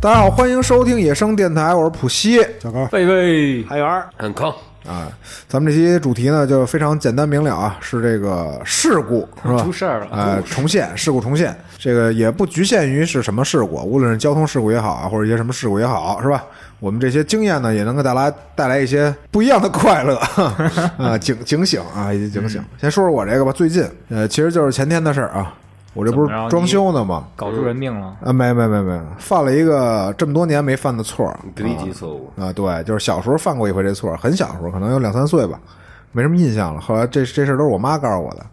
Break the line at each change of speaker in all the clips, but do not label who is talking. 大家好，欢迎收听野生电台，我是普西小高。
贝贝，
海源儿
很坑，
啊，咱们这期主题呢就非常简单明了啊，是这个事故是吧？
出事儿了
呃，重现事故重现，这个也不局限于是什么事故，无论是交通事故也好啊，或者一些什么事故也好，是吧？我们这些经验呢，也能给大家带来一些不一样的快乐 啊，警警醒啊，以及警醒。
嗯
先说说我这个吧，最近呃，其实就是前天的事儿啊，我这不
怎
是
么着你
装修呢吗？
搞出人命了，
啊，没没没没，犯了一个这么多年没犯的错儿，
低级错误。
啊，对，就是小时候犯过一回这错儿，很小时候，可能有两三岁吧，没什么印象了。后来这这事儿都是我妈告诉我的。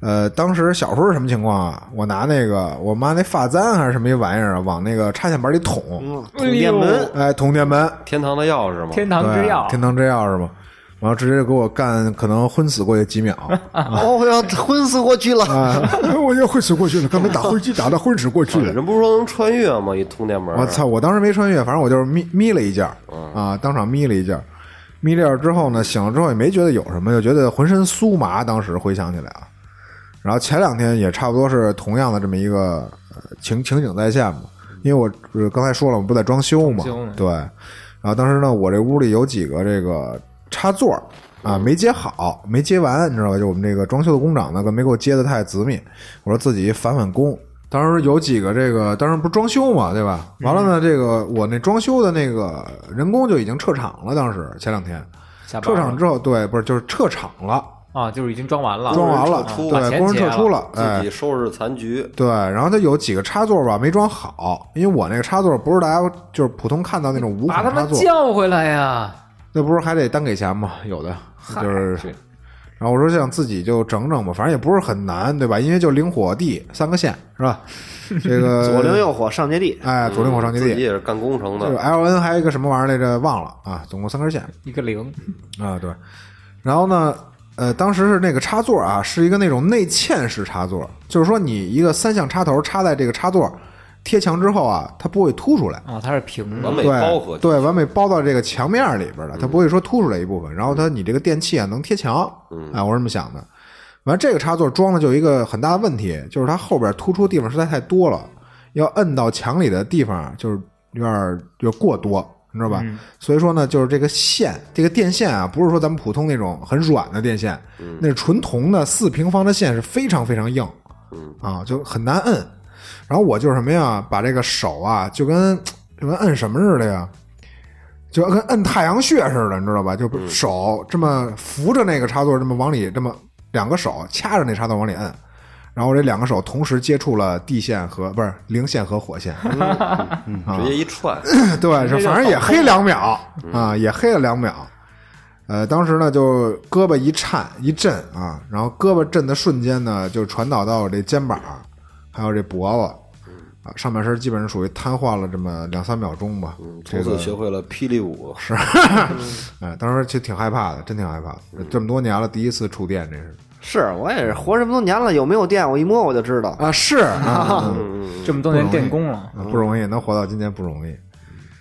呃，当时小时候是什么情况啊？我拿那个我妈那发簪还是什么一玩意儿啊，往那个插线板里捅，
嗯，土电门，
哎，捅电门，
天堂的钥匙吗？
天堂之
对
钥，
天堂之钥是吗？然后直接就给我干，可能昏死过去几秒
哦，我要昏死过去了。
啊！我要昏死过去了，刚才打灰机打到昏死过去了。
人不是说能穿越吗？一通电门，
我操！我当时没穿越，反正我就是眯眯了一觉儿啊，当场眯了一觉儿，眯了一觉儿之后呢，醒了之后也没觉得有什么，就觉得浑身酥麻。当时回想起来啊，然后前两天也差不多是同样的这么一个呃情情景再现嘛，因为我呃刚才说了，我们不在装修嘛，
装修呢
对。然后当时呢，我这屋里有几个这个插座儿啊，没接好，没接完，你知道吧？就我们这个装修的工长呢，跟没给我接的太紧密，我说自己返返工。当时有几个这个，当时不是装修嘛，对吧？完了呢，这个我那装修的那个人工就已经撤场了，当时前两天
下班
撤
了
场之后，对，不是就是撤场了，
啊，就是已经装完了，
装完了，
撤出
把
对，
钱
工人撤
结
出
了
了，哎
自己，收拾残局，
对，然后它有几个插座吧没装好，因为我那个插座不是大家就是普通看到那种无孔
把他
插
们
座，
叫回来呀！
那不是还得单给钱吗？有的就是，
是
然后我说想自己就整整吧，反正也不是很难，对吧？因为就灵火地三个线是吧？这个
左邻右火嗯上接力，
哎，左灵火上接
自己
地，
也是干工程
就是
的，
L N 还有一个什么玩意儿来着，忘了啊，总共三根线
一个零，
啊，对。然后呢，呃，当时是那个插座啊，是一个那种内嵌式插座，就是说你一个三相插头插在这个插座贴墙之后啊，它不会凸出来。
啊，它是平
完
的，
美
对
包合。嗯
对，完美包到这个墙面儿里边儿了，它不会说凸出来一部分。然后它你这个电器啊能贴墙，
嗯
哎，我是这么想的。完这个插座装的就有一个很大的问题，就是它后边突出地方实在太多了，要摁到墙里的地方就是有点儿有点过多，你知道吧？
嗯
所以说呢，就是这个线，这个电线啊，不是说咱们普通那种很软的电线，
嗯
那是纯铜的四平方的线是非常非常硬，
嗯
啊，就很难摁。然后我就是什么呀，把这个手啊，就跟就跟摁什么似的呀，就跟摁太阳穴似的，你知道吧？就手这么扶着那个插座，这么往里这么两个手掐着那插座往里摁，然后我这两个手同时接触了地线和不是零线和火线，
直接一踹，
对，是反正也黑两秒
嗯
啊，也黑了两秒。呃，当时呢就胳膊一颤一震啊，然后胳膊震的瞬间呢就传导到我这肩膀，还有这脖子
嗯
啊，上半身基本上属于瘫痪了这么两三秒钟吧。
嗯
这
从
个
此学会了霹雳舞，是
哎，当时其实挺害怕的，真挺害怕的。这么多年了，第一次触电，这是
嗯是我也是活这么多年了，有没有电我一摸我就知道。
啊，是
嗯
啊，
这么多年电工了，
不容易，能活到今天不容易。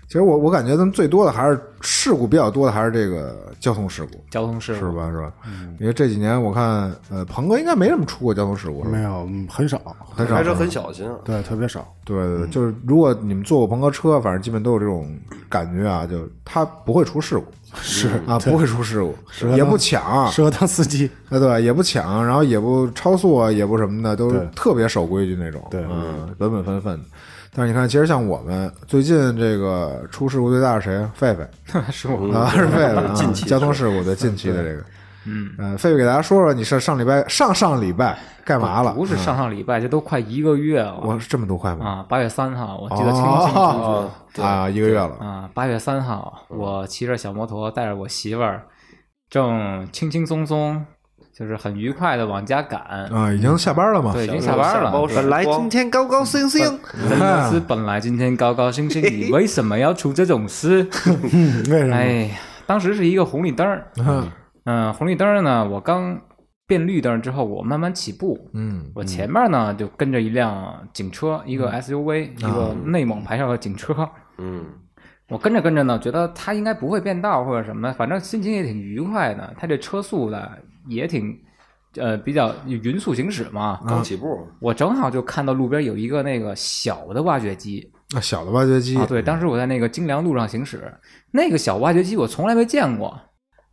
其实我我感觉咱们最多的还是事故比较多的，还是这个交通事故。
交通事
是
故
吧？是吧？
嗯
因为这几年我看，呃，鹏哥应该没怎么出过交通事故，是吧
没有，嗯很少，
很少
还。是很小心啊。
对，特别少。
对对对，就是如果你们坐过鹏哥车，反正基本都有这种感觉啊，就他不会出事故，是啊，不会出事故，
的
也不抢，
适合当司机，
啊对，也不抢，然后也不超速啊，也不什么的，都是
对
特别守规矩那种，
对
嗯，本本分分的。但是你看，其实像我们最近这个出事故最大是谁啊？狒狒，
是我
啊，是狒狒啊，
近期
交通事故的近期的这个，嗯，呃，狒狒给大家说说，你是上礼拜上上礼拜干嘛了？
不是上上礼拜，这都快一个月了
我是这么多块吗？
啊！八月三号，我
哦
记得清清楚楚
啊啊，一个月了，
啊！八月三号，我骑着小摩托，带着我媳妇儿，正轻轻松松，就是很愉快的往家赶。
啊，已经下班了嘛？
对，已经下班了。
包时
嗯本来
光
今天高高兴兴，
真的是本来今天高高兴兴，你为什么要出这种事？
嗯为什么？
哎，当时是一个红绿灯儿，
嗯
嗯，红绿灯儿呢，我刚变绿灯儿之后，我慢慢起步，
嗯
我前面呢就跟着一辆警车，一个 SUV，一个内蒙牌照的警车。
嗯，
我跟着跟着呢，觉得他应该不会变道或者什么的，反正心情也挺愉快的。他这车速呢也挺，呃，比较匀速行驶嘛。
嗯啊
啊
刚起步，
我正好就看到路边有一个那个小的挖掘机，
那小的挖掘机
啊，对，当时我在那个京良路上行驶，那个小挖掘机我从来没见过，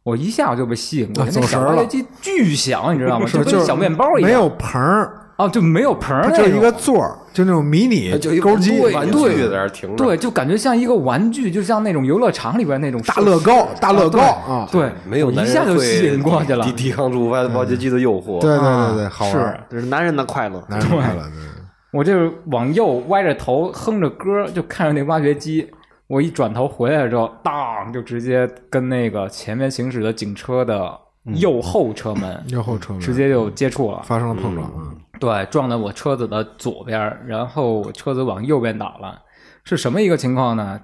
我一下我就被吸引过
啊
去。
走
那
神
小
儿
挖
了
掘机巨响，你知道吗？
是
跟
是
小面包一样，
没有棚儿，
啊，就没有棚儿
它
那
就
种，
是一个座儿，就那种迷你
呃
哎
就一
钩机
玩具在那儿停着，
对，就感觉像一个玩具，就像那种游乐场里边那种
大
设
乐
施
高，大乐高啊，
对，
没有
我
男
一
人
下就吸引过去了
会。抵抵抗住挖挖
嗯
掘机的诱惑。
对对对对，好玩儿，
啊
这是男人的快乐。
男人快乐，啊对
我就是往右歪着头哼着歌，就看着那挖掘机。我一转头回来之后，当就直接跟那个前面行驶的警车的右后车门
右后嗯车门
直接就接触了，
发生了碰撞啊，
对，撞到我车子的左边儿，然后我车子往右边倒了。是什么一个情况呢？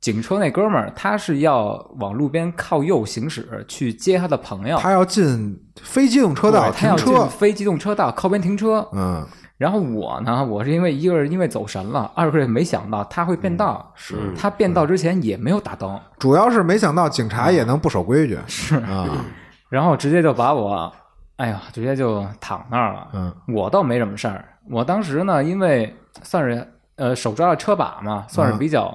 警车那哥们儿他是要往路边靠右行驶去接他的朋友，
他要进非机动车
对
道
他
停
要进
车，
非机动车道靠边停车。
嗯，
然后我呢，我是因为一个是因为走神了，二是没想到他会变道，是他变道之前也没有打灯，
主要是没想到警察也能不守规矩，是啊，
然后直接就把我，哎呀，直接就躺那儿了。
嗯，
我倒没什么事儿。我当时呢，因为算是呃手抓着车把嘛，算
嗯
是比较、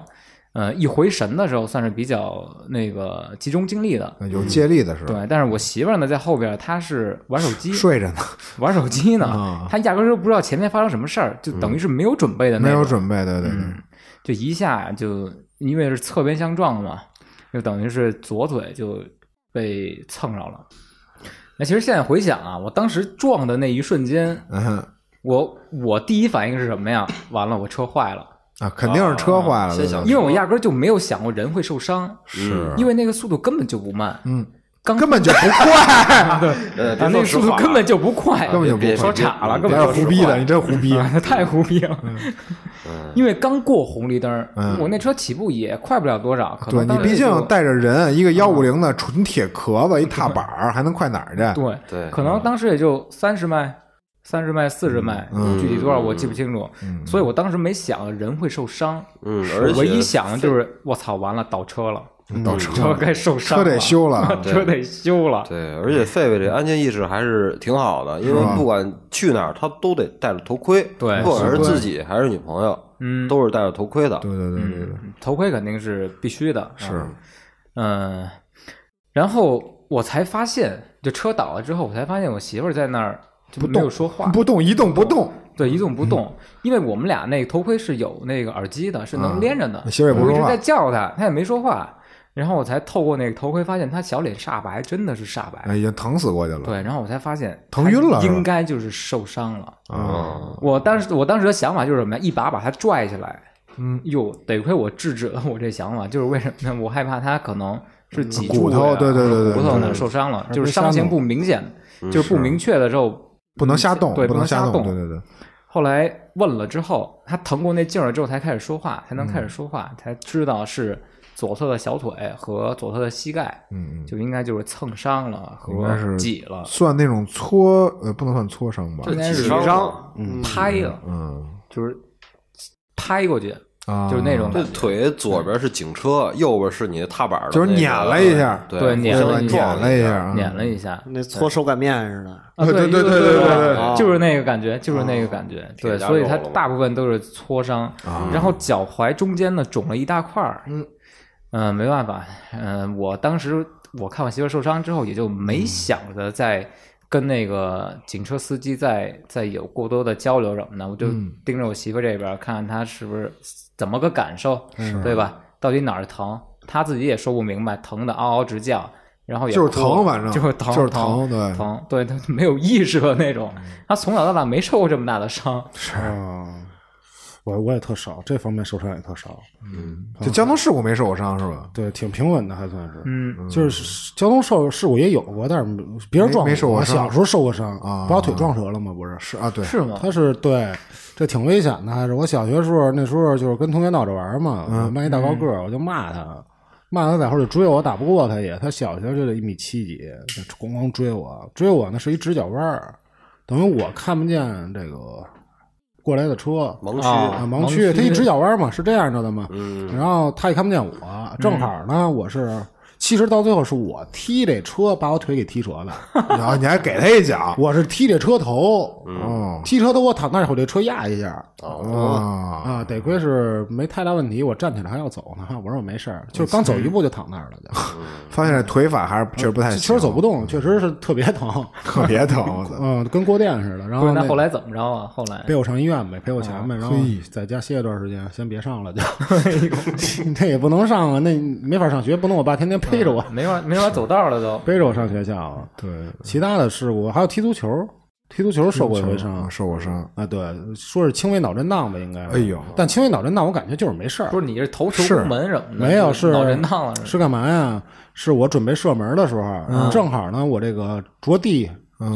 呃一回神的时候，算是比较那个集中精力的。
有借力的时候，
对，但是我媳妇儿呢在后边，她是玩手机，
睡着呢，
玩手机呢
啊，嗯
她压根儿就不知道前面发生什么事儿，就等于是没有准备的那
没
种，
有准备，对对对，
嗯就一下就因为是侧边相撞嘛，就等于是左腿就被蹭着了。那其实现在回想啊，我当时撞的那一瞬间，
嗯哼
我我第一反应是什么呀？完了，我车坏了，
啊，肯定是车坏
哦
了，
啊
对
先想
对
因为我压根儿就没有想过人会受伤，
嗯是，
因为那个速度根本就不慢，
嗯，
刚
根本就不快，
呃，
啊，
别
那
说
个
实
速度
话，
根本就不快，
根本就不
别
快
说岔了，根
别
本
是
就
胡逼的，你真胡逼，
啊，太胡逼了。因为刚过红绿灯儿，
嗯
我那车起步也快不了多少，可
对
能
你
当时
毕
就嗯
竟带着人，一个幺五零的纯铁壳子，一踏板儿，还能快哪儿去？
对
对
可能当时也就三十迈、三十迈、四十迈，
嗯
具体多少我记不清楚，所以我当时没想人会受伤，
嗯，而且
唯一想的就是我操，完了倒车了，
倒
车
车，
该受伤
嗯车
了，
得修 了
对
车得修了，
对，而且狒狒这安全意识还是挺好的，因为不管去哪儿，他都得戴着头盔，
对
不管是自己还是女朋友，
嗯，
都是戴着头盔的。
对对对对对，
头盔肯定是必须的，啊
是，
嗯，然后我才发现，就车倒了之后，我才发现我媳妇儿在那儿就没有说话，
不嗯动一动不动，
对，一动不动，因为我们俩那个头盔是有那个耳机的，是能连着的。
你啊媳妇儿也不
我一
说
直
话
在叫她，她也没说话，然后我才透过那个头盔发现她小脸煞白，真的是煞白。
哎，已经疼死过去了。
对，然后我才发现
疼晕了
她
是吧
应该就是受伤了。
嗯
啊，
我当时我当时的想法就是什么呀？一把把她拽起来。嗯，哟，得亏我制止了我这想法，就是为什么呢？我害怕她可能是脊
嗯
柱
骨头
呀
对对对对
骨头
对
那受伤了，就是
被
伤
伤
情
了
不明显，就是不明确的时候
不能瞎动，
对
不
不能
瞎
瞎动
对对对，
后来问了之后，他腾过那劲儿了之后，才开始说话，才能
嗯
开始说话，才知道是左侧的小腿和左侧的膝盖，
嗯
就应该就是蹭伤了
应该
和
是
挤了，
算那种搓，呃，不能算搓伤吧？
应该是
挤伤
伤
拍了，
嗯
就是拍过去，
啊，
就是那种
这
感觉
腿左边是警车，右边是你的踏板的那个，
就是碾了一下
对
对，
碾
互
了
相
一
撞
碾了一下，嗯
碾了一下。
那搓手擀面似的，
啊，
对
对
对对
对
对对对
对，就是那个感觉，就是那个感觉，对，
铁夹
所以
肉
它
了吧
大部分都是挫伤，然后脚踝中间呢肿了一大块儿，嗯，嗯，没办法，嗯，我当时我看我媳妇受伤之后，也就
嗯
没想着再跟那个警车司机再再有过多的交流什么的，我就
嗯
盯着我媳妇这边儿，看看她是不是怎么个感受，对吧？到底哪儿疼？她自己也说不明白，疼的嗷嗷直叫。然后也
就是
哭
疼反正
就是疼，
就是疼
疼，
对嗯
疼，对他没有意识的那种。他从小到大没受过这么大的伤，
啊，我我也特少，这方面受伤也特少，
就交通事故没受过伤是吧？
对，挺平稳的，还算是。
嗯，
就是交通受事故也有过，但是别人撞
没没受过
我
伤
小时候受过伤
啊
把我腿撞折了嘛，不是？
是啊，对，
是
嗯
吗？
他是对，这挺危险的。还是我小学时候那时候就是跟同学闹着玩儿嘛，
嗯
我们班一大高个儿，我就骂他，骂他在后头追我，打不过他也。他小学就得一米七几，就咣咣追我，追我呢是一直角弯儿，等于我看不见这个过来的车，
盲
啊
啊，
区，
盲
盲
区，
区
他一直角弯嘛，是这样着的嘛。
嗯
然后他也看不见我，正好呢，我是其实到最后是我踢这车把我腿给踢折了，
然后你还给他一脚，
我是踢这车头，
嗯
嗯
哦
踢车头我躺那儿以后这车压一下，
啊
嗯
啊，得亏是没太大问题，我站起来还要走呢。我说我没事儿，就是刚走一步就躺那儿了，就
发现这腿法还是确实不太行，
确实走不动，确实是特别疼，
特别疼，我操
嗯，跟过电似的。然
不
后
是，那
个
后来怎么着啊？后来
赔我上医院呗，赔我钱呗，然后
嘿
在家歇一段时间，先别上了就。 那也不能上啊，那没法上学，不能我爸天天背着我，
没法没法走道了都。
背着我上学校啊。
对，
其他的事故还有踢足球，踢足球受过一回伤
受过伤，
啊，对，说是轻微脑震荡吧，应该。
哎呦
但轻微脑震荡我感觉就是没事儿
不，是你是头球
是
攻门什么的，
没有是
脑震荡了
是干嘛呀？是我准备射门的时候，
嗯
正好呢，我这个着地。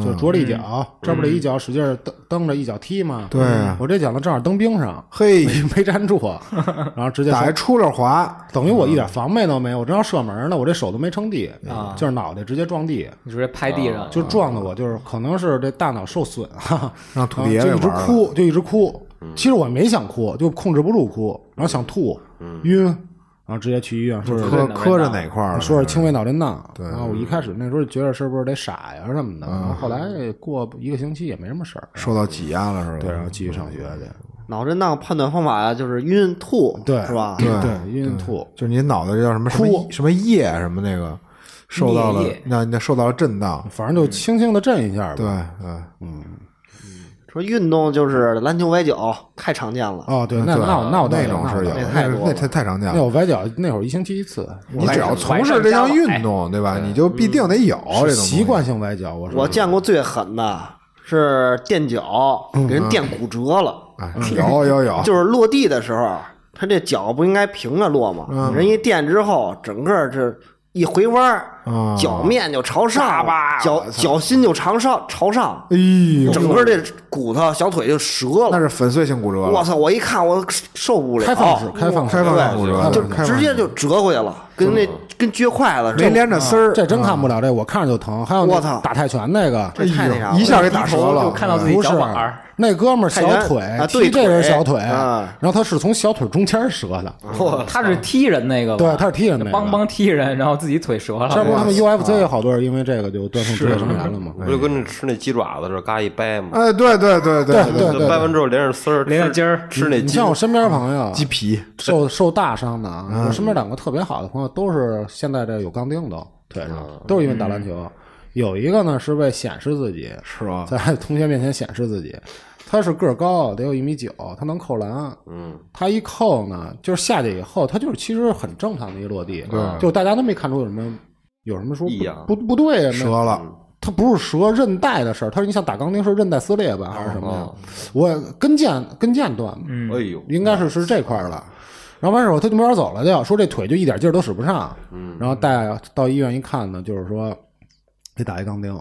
就着了一脚，这不这一脚使劲儿蹬蹬着一脚踢嘛？
嗯对啊
我这脚呢正好蹬冰上，
嘿，
没没粘住， 然后直接
打
手
一嗯出溜滑，
等于我一点防备都没有，我正要射门呢，我这手都没撑地，
嗯
啊
就是脑袋直接撞地，
啊
你直接拍地上了，
就撞的我就是可能是这大脑受损 啊，
让土地爷
就一
给
直
玩了嗯
哭，就一直哭。其实我没想哭，就控制不住哭，然后想吐，
嗯
晕，然后直接去医院说是。
磕磕着哪块儿了？
啊说是轻微脑震荡，然后我一开始那时候觉得是不是得傻呀什么的，然后后来过一个星期也没什么事儿，
受到挤压了是吧？
对，然后继续上学去，
脑震荡判断方法就是晕吐，
对，
是吧？
对，晕吐，
就是你脑袋叫什么什么什么液什么那个受到了
颞液，
那那受到了震荡，
反正就轻轻的震一下吧。
对，对，
说运动就是篮球、崴脚，太常见了。
哦，对，那那我那我倒
那
有
种
我
是有，
倒
那太
那
多了
那太太常见
那
了。
我崴脚那会儿一星期一次，
你只要从事这项
哎
运动，对吧？你就
嗯
必定得有这种
是
东西
习。惯性崴脚，
嗯
我
我
说
见过最狠的是垫脚，
嗯
给人垫骨折了，
哎有有有，
就是落地的时候，他这脚不应该平着落
嗯
吗？人一垫之后，整个这一回弯儿
啊，
脚面就朝上了，脚脚心就朝上朝上，
哎呦，
整个这骨头小腿就折
那
了。
是粉碎性骨折
我
了，
操！我一看我受不了，哦
开放式，开放式，
开放性
对
骨折了，
就
开放
直接就折过去了，跟那跟撅筷子似的。
没连着丝儿，
这真看不了这，我看着就疼。还有
我
那
操
打泰拳那个，
这太那啥了
哎一下给打折了，
就看到自己
不是
脚板儿，
那哥们儿小
泰拳
腿
啊对
踢这人小腿，
腿啊
然后他是从小腿中间折的，
他是踢人那个吧，
对，他是踢人那个。
梆梆踢人，然后自己腿折了，
这不是他们 UFC 好多人因为这个就断送职业生涯了吗？
不就跟那吃那鸡爪子似的，嘎一掰嘛，
哎，对对对
对
啊对，
对对
掰完之后连着丝儿，
连着
吃
筋儿
吃那
哎你
筋
像我身边朋友
鸡皮，
受受大伤的啊，我身边两个特别好的朋友都是现在这有钢钉都腿上，都是因为打篮球。有一个呢是为显示自己，
是吧？
在 同学面前显示自己。他是个儿高，得有一米九，他能扣篮。嗯，他一扣呢，就是下去以后，他就是其实很正常的一落地，对，就大家都没看出有什么有什么说
异样
不不不对啊呀，
折了，
他不是折韧带的事儿，他是你想打钢钉是韧带撕裂吧，还是什么呀？我跟腱跟腱断了，
哦嗯
哎呦，
应该是是这块儿了。然后完事儿后他就没法走了，就说这腿就一点劲儿都使不上。嗯，然后带到医院一看呢，就是说得打一钢钉。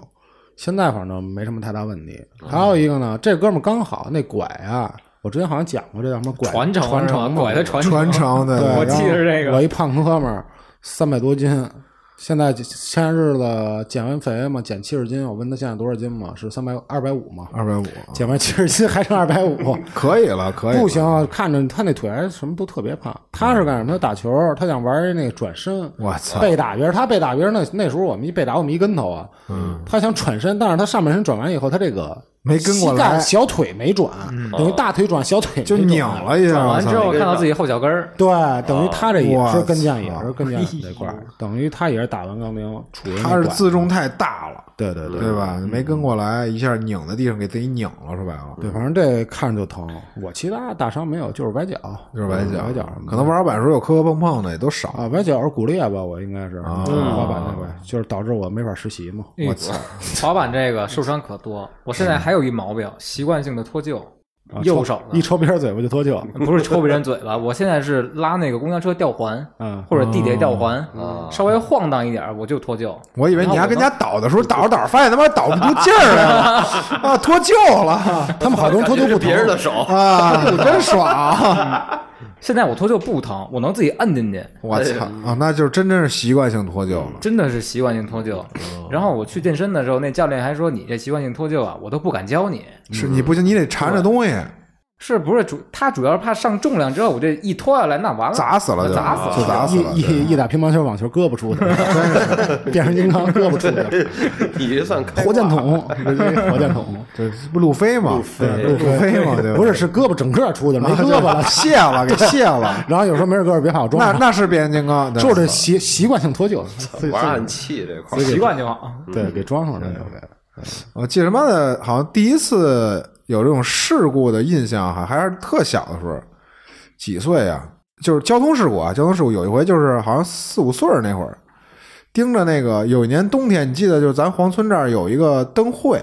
现在反正没什么太大问题。还有一个呢，这哥们儿刚好那拐啊，我之前好像讲过这叫什么拐
传承
传
是吧
承嘛
拐的传
传承
对，
的
我，记得是这个
然后我一胖哥们儿，三百多斤，现在前日子减完肥嘛，减七十斤。我问他现在多少斤嘛，是三百二百五嘛，
二百五，
减完七十斤还剩二百五，
可以了，可以了，
不行啊，看着他那腿什么都特别胖。他是干什么？他打球，他想玩那个转身。
我操
被打别人，他被打别人那那时候我们一被打，我们一跟头啊。嗯，他想转身，但是他上半身转完以后，他这个
没跟过
膝盖
来嗯
小腿没转，等于大腿转小腿没
就
转
拧。了一下，我
转完
啊
操
之后看到自己后脚跟儿，
对，等于他这也
哇
是跟腱，也
操
是跟腱这块儿，等于他也是打完钢钉，杵着那
他是
拐
自重太大了，
对对对
对吧？没跟过来，一下拧在地上，给自己拧了，说白了，
对，反正这看着就疼。我其他大伤没有，就是崴脚，
就是崴脚，
崴脚嗯什么的。
可能玩滑板的时候有磕磕碰碰的也都少，
啊，崴脚是骨裂吧，我应该是滑板那回，就是导致 我没法实习嘛。
哎
我操，哎滑板这个受伤可多，我现在还有一毛病，习惯性的脱臼，
啊
右
抽
手的
一抽别人嘴巴就脱臼，
不是抽别人嘴巴，我现在是拉那个公交车吊环，
嗯
或者地铁吊环，稍微晃荡一点儿我就脱臼。
我以为你还跟人家倒的时候倒着倒着，发现他妈倒不出劲儿来了啊，脱臼了
他们好多人脱臼不疼
别，人的手，
啊，真爽！
现在我脱臼不疼，我能自己摁进去，
我
哎
操啊，那就是真真是习惯性脱臼了。
真的是习惯性脱臼。
哦
然后我去健身的
嗯
时候，那教练还说你这习惯性脱臼啊，我都不敢教你。
是你不行，你得缠着东西，
是不是主他主要是怕上重量之后，我这一拖下来，那完了，
啊砸死了就
砸死
就
了。
砸死了
一一一打乒乓球、网球，胳膊出去了，真是变形金刚胳膊出去 了，
你这 算开
火箭
挂
筒，直接火箭筒，
这不路飞嘛，对，路飞嘛，对吧，
不是是胳膊整个出去了，没胳膊 了。，
卸了，给卸了
然后有时候没事胳膊别怕我
那
装，
那是变形金刚，对
是我这习习惯性脱臼，自己
玩暗器这块儿，
习惯啊就好。
对给装
嗯
上了就给。
我记得他妈的，好像第一次有这种事故的印象，还还是特小的时候，几岁啊？就是交通事故啊，交通事故有一回就是好像四五岁儿那会儿，盯着那个有一年冬天，你记得就是咱黄村这儿有一个灯会，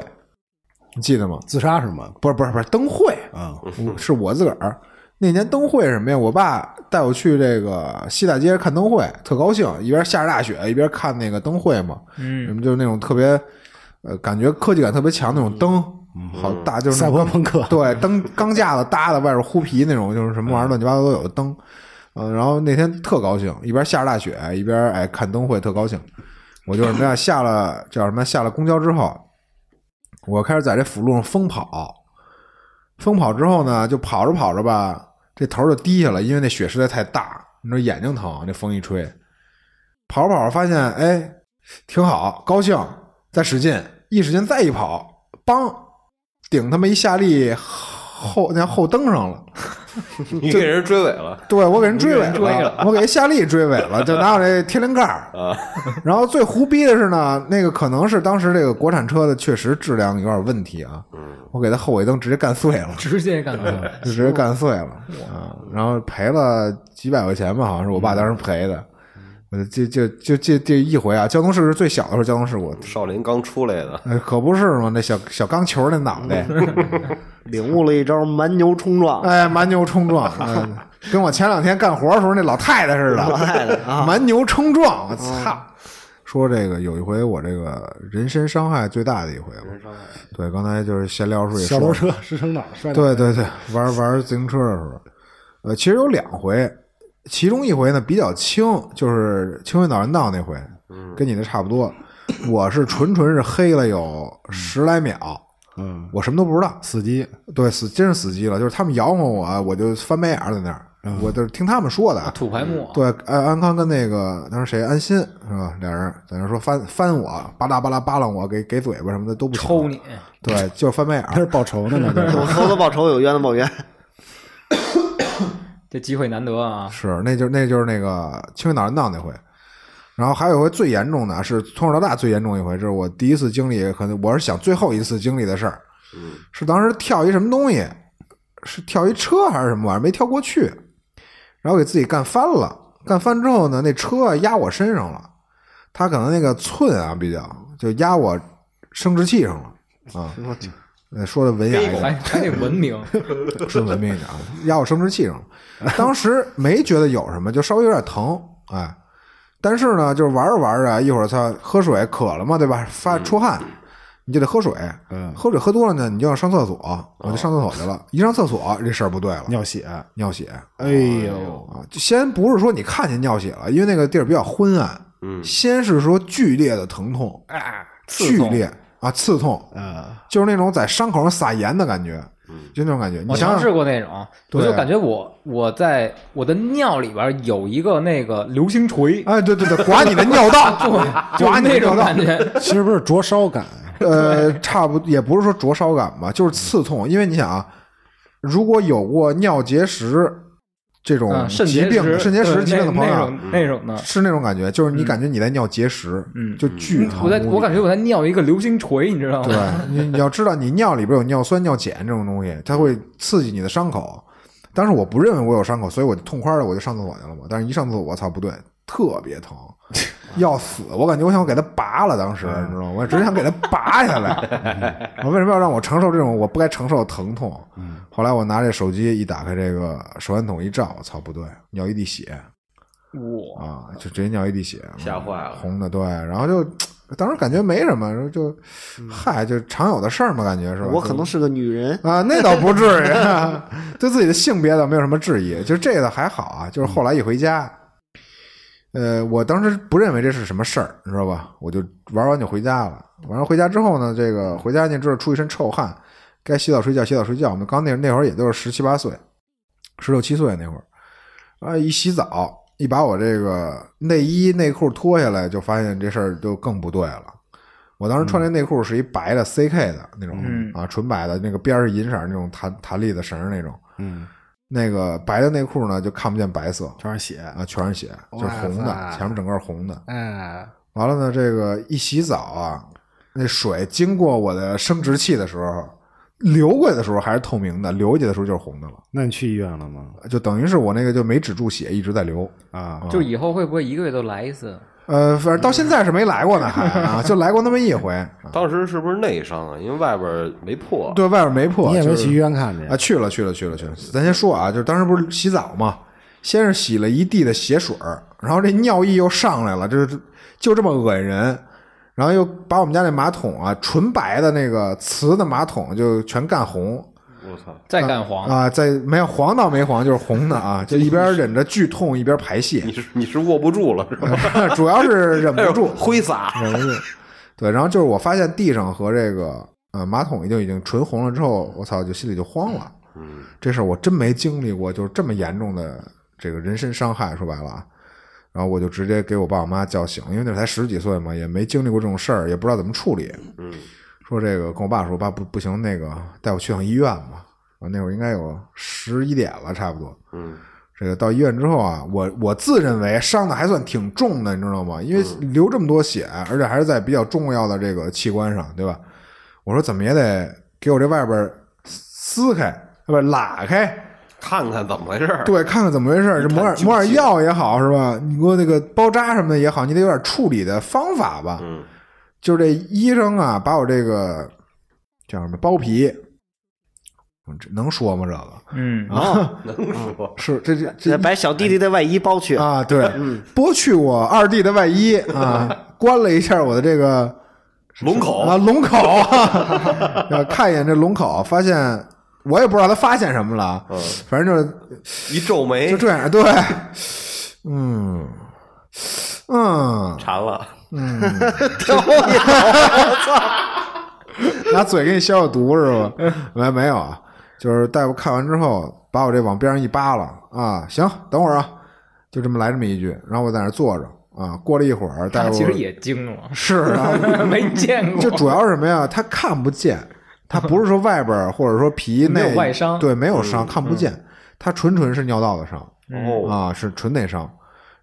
你记得吗？
自杀是吗？
不是不是不是灯会，
啊，
我是我自个儿。那年灯会是什么呀？我爸带我去这个西大街看灯会，特高兴，一边下着大雪，一边看那个灯会嘛。什
嗯，
么就是那种特别，呃，感觉科技感特别强那种灯，好大就是那
赛
种
博朋克，
对灯钢架子搭的，外边儿糊皮那种，就是什么玩意儿乱七八糟都有的灯。嗯、然后那天特高兴，一边下着大雪，一边哎看灯会，特高兴。我就是什么呀，下了叫什么呀？下了公交之后，我开始在这辅路上疯跑，疯跑之后呢，就跑着跑着吧，这头就低下了，因为那雪实在太大，你说眼睛疼，那风一吹，跑着跑着发现哎挺好，高兴，再使劲，一使劲再一跑，梆，顶他妈一下力后那后蹬上了。
你给人追尾了
对，我给人追尾了，
追了
我给夏利追尾了，就拿我这天灵盖儿。
啊！
然后最胡逼的是呢，那个可能是当时这个国产车的确实质量有点问题啊，我给他后尾灯直接干碎了，
直接干 了。
就直接干碎了啊，然后赔了几百块钱吧，好像是我爸当时赔的。我就就就就这一回啊，交通事故是最小的时候交通事故，
少林刚出来的，
呃可不是嘛，那小小钢球那脑袋，
领悟了一招蛮牛冲 撞，
哎，蛮牛冲撞，哎跟我前两天干活的时候那老太太似的，
老太太 啊，
蛮牛冲撞，我操！说这个有一回我这个人身伤害最大的一回了，对，刚才就是闲聊时候也
小楼
说，
车失声脑摔倒，
对对对，玩玩自行车的时候，呃，其实有两回，其中一回呢比较轻，就是清水导人道那回，跟你那差不多，我是纯纯是黑了有十来秒，
嗯，
我什么都不知道，
死机，
对，死真是死机了，就是他们摇晃我，我就翻白眼儿在那儿，
嗯
我就是听他们说的啊，
土排木，
对，安安康跟那个当时谁安心是吧？俩人在那说翻翻我，巴拉巴拉扒拉我，给给嘴巴什么的都不行
抽你，
对，就是翻白眼
他
儿。
是报仇的呢，这是
有仇的报仇，有冤的报冤，
这机会难得啊！
是，那就那就是那个清水脑震荡那回。然后还有一回最严重的是从小到大最严重一回，这是我第一次经历，可能我是想最后一次经历的事儿，是当时跳一什么东西，是跳一车还是什么玩意儿，没跳过去，然后给自己干翻了，干翻之后呢，那车啊压我身上了，他可能那个寸啊比较就压我生殖器上了啊，呃说的文雅一点，
还还得 文明，
顺文明一点啊， 压我生殖器上了。当时没觉得有什么，就稍微有点疼，哎。但是呢，就是玩着玩着，啊一会儿他喝水渴了嘛，对吧？发出汗，你就得喝水。
嗯
喝水喝多了呢，你就要上厕所，我就上厕所去了。一上厕所，这事儿不对了，
尿血，
哦尿血
哎呦，
啊！就先不是说你看见尿血了，因为那个地儿比较昏暗，
嗯
先是说剧烈的疼痛，
刺
剧
痛
烈啊，嗯刺痛，
呃，
就是那种在伤口上撒盐的感觉，就那种感觉。你
我
想
尝
想，
试过那种，我
对
就感觉我我在我的尿里边有一个那个流星锤，
哎，对对对，刮你的尿 道，
就
刮
是
你的
那
尿
种
道
感，觉。
其实不是灼烧感，
呃，差不也不是说灼烧感吧，就是刺痛，因为你想啊，如果有过尿结石这种
嗯，肾
疾
结
病的、
石，
肾结石
对
疾病的朋
那那
友啊
种。那种的，
是那种感觉，就是你感觉你在尿结石，
嗯
就巨疼
我在我
无比
感觉我在尿一个流星锤，你知道吗？
对 你，你要知道，你尿里边有尿酸、尿碱这种东西，它会刺激你的伤口。当时我不认为我有伤口，所以我就痛快的我就上厕所去了嘛。但是一上厕所，我操，不对，特别疼，要死！我感觉我想给它拔了，当时你知道吗？我只想给它拔下来。我为什么要让我承受这种我不该承受的疼痛？后来我拿这手机一打开这个手电筒一照，我操，不对，尿一地血
我
啊，就直接尿一地血，
吓坏了
红的，对，然后就当时感觉没什么，然后就嗨，就常有的事儿嘛，感觉是吧？
我可能
就是
个女人，
啊，那倒不至于，啊 对自己的性别倒没有什么质疑，就这个还好啊。就是后来一回家，呃，我当时不认为这是什么事儿，你知道吧？我就玩完就回家了。完了回家之后呢，这个回家你知道出一身臭汗，该洗澡睡觉洗澡睡觉。我们刚那那会儿也就是十七八岁，十六七岁那会儿，啊，一洗澡一把我这个内衣内裤脱下来，就发现这事儿就更不对了。我当时穿这内裤是一白的 CK 的那种、
嗯
啊，纯白的，那个边儿是银色儿那种弹弹力的绳儿那种，
嗯，
那个白的内裤呢就看不见白色
全是 血，
啊，全是血，就是红
哇
的，
塞
前面整个是红的。
哎，
完了呢，这个一洗澡啊，那水经过我的生殖器的时候，流过去的时候还是透明的，流下去的时候就是红的了，
那你去医院了吗？
就等于是我那个就没止住血，一直在流。
啊，
就以后会不会一个月都来一次？
呃，反正到现在是没来过呢，还啊，就来过那么一回，啊
当时是不是内伤啊？因为外边儿没破，
对外边没破。
你也没
就是
去医院看去
啊，去了去了去了去了。咱先说啊，就是当时不是洗澡嘛，先是洗了一地的血水儿，然后这尿意又上来了，就是就这么恶心人。然后又把我们家那马桶啊，纯白的那个瓷的马桶就全干红
我操，
再干黄，
啊，在没有黄倒没黄，就是红的啊，就一边忍着剧痛一边排泄
你，是你是握不住了是吧？
主要是忍不住，
挥洒，
忍不住。对，然后就是我发现地上和这个呃马桶已经已经纯红了之后，我操，就心里就慌了。
嗯，
这事儿我真没经历过，就是这么严重的这个人身伤害，说白了啊。然后我就直接给我爸我妈叫醒，因为那时候才十几岁嘛，也没经历过这种事儿，也不知道怎么处理。
嗯，
说这个跟我爸说，爸不不行，那个带我去趟医院吧。啊，那会儿应该有十一点了，差不多。
嗯，
这个到医院之后啊，我我自认为伤的还算挺重的，你知道吗？因为流这么多血，而且还是在比较重要的这个器官上，对吧？我说怎么也得给我这外边儿撕开，呃不是拉开，
看看怎么回事儿。
对，看看怎么回事儿，这抹点
一探究竟
抹点药也好是吧？你给我那个包扎什么的也好，你得有点处理的方法吧。
嗯，
就是这医生啊，把我这个叫什么包皮，嗯这能说吗？这个
嗯，
啊
哦，
能说
是这这
这
这
把小弟弟的外衣剥去，
啊，对，剥去我二弟的外衣啊，关了一下我的这个
龙口
啊龙口， 啊看一眼这龙口，发现我也不知道他发现什么了，反正就是
一皱眉
就这样，对，嗯嗯，
馋了，
拿嘴给你消消毒是吧？没没有啊，就是大夫看完之后，把我这往边上一扒拉啊，行，等会儿啊，就这么来这么一句，然后我在那儿坐着啊，过了一会儿，大
他
夫
其实也惊了，
是啊，
没见过，
就主要是什么呀？他看不见，他不是说外边儿或者说皮
没有
内
外伤嗯
对，没有伤，看不见，他纯纯是尿道的伤
哦，
啊，是纯内伤。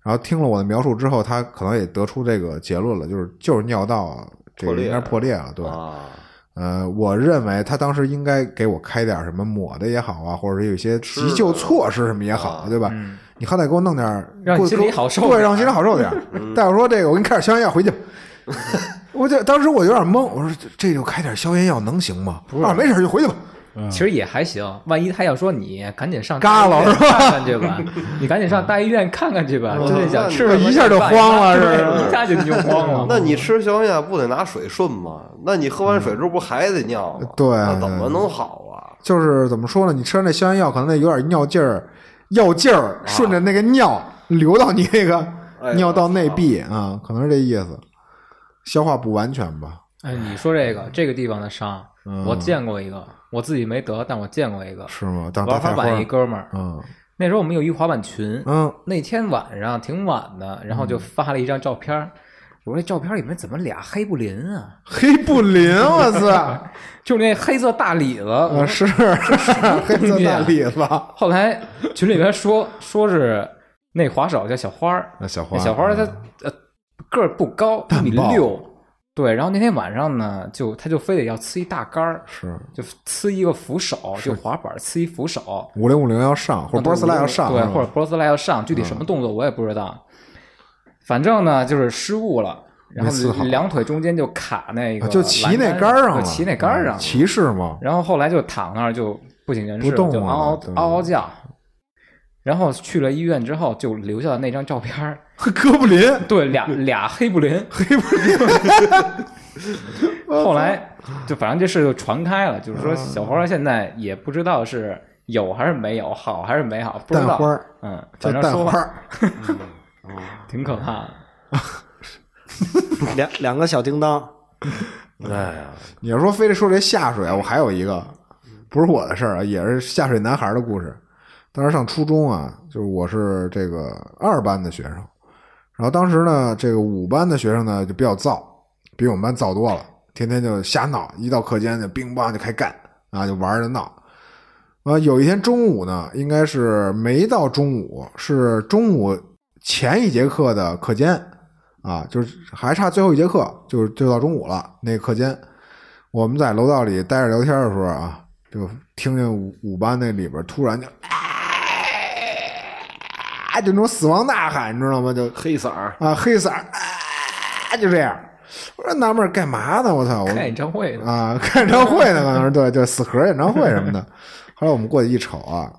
然后听了我的描述之后，他可能也得出这个结论了，就是就是尿道这
破
个
裂
应该是破裂了，对。
啊，
呃，我认为他当时应该给我开点什么抹的也好啊，或者是有一些
吃
急
的
救措施什么也好，
啊
对吧？你好歹给我弄点儿，
嗯让
给我
心里好受
对，
点儿
让心里好受点 儿。
嗯
大夫说这个，我给你开点消炎药回去。我就当时我有点懵，我说这这就开点消炎药能行吗？啊，没事儿就回去吧。
其实也还行。万一他要说你赶紧上
嘎了
是吧？看看去吧，你赶紧上大医院看看去吧。真的想
嗯
吃
那
什么
一下就慌了
对
是嗯不是
一下就你就慌了。
那你吃消炎药不得拿水顺吗？那你喝完水之后不还得尿吗？
嗯对啊
那怎么能好啊？
就是怎么说呢？你吃完那消炎药，可能那有点尿劲儿，药劲
啊
儿顺着那个尿流到你那个
哎呦
尿道内壁啊，可能是这意思，消化不完全吧。
哎，你说这个这个地方的伤，
嗯
我见过一个，我自己没得，但我见过一个
是吗？当
玩滑
大菜花
板
儿
一哥们儿，
嗯
那时候我们有一滑板群，
嗯，
那天晚上挺晚的，然后就发了一张照片儿。我说这照片里面怎么俩黑布林啊？
黑布 林，我操！
就是那黑色大里子。
啊，
我
是黑色大栗子，
后来群里边说说是那滑手叫小花儿，
那小
那小花儿她呃个儿不高，一米
爆
六。对，然后那天晚上呢，就她就非得要呲一大杆儿，
是
就呲一个扶手，就滑板儿呲一扶手，
五零五零要上，或者波斯拉要上，嗯
对
是，吧嗯
或者波斯拉要上，具体什么动作我也不知道。反正呢，就是失误了，然
没刺
后
好
两腿中间就卡那个
啊
栏杆，
就骑那杆儿上
对
了，
骑那杆儿上
嗯
了。
骑士嘛，
然后后来就躺那儿就不省人事，
不动了
就嗷嗷
对
嗷嗷叫。然后去了医院之后，就留下了那张照片儿，
哥布林，
对，俩俩黑布林，黑布林。 后来就反正这事就传开了，就是说小花现在也不知道是有还是没有，好还是没好，不知道。
蛋花儿
嗯，
叫
反正
蛋
说
花
话
儿，
挺可怕的。
两两个小叮当，
哎呀，
啊你要说非得说这下水，我还有一个不是我的事儿啊，也是下水男孩的故事。当时上初中啊，就是我是这个二班的学生，然后当时呢，这个五班的学生呢就比较燥，比我们班燥多了，天天就瞎闹，一到课间就乒乓就开干啊，就玩儿就闹。啊，有一天中午呢，应该是没到中午，是中午前一节课的课间啊，就是还差最后一节课，就是就到中午了。那个课间，我们在楼道里待着聊天的时候啊，就听见五五班那里边突然就啊，就那种死亡呐喊，你知道吗？就
黑色儿，
啊，黑色儿啊，就这样。我说纳闷儿干嘛呢？我操！我
看演唱会呢，
啊， 看演唱会呢，可能是对，对，死核演唱会什么的。后来我们过去一瞅啊，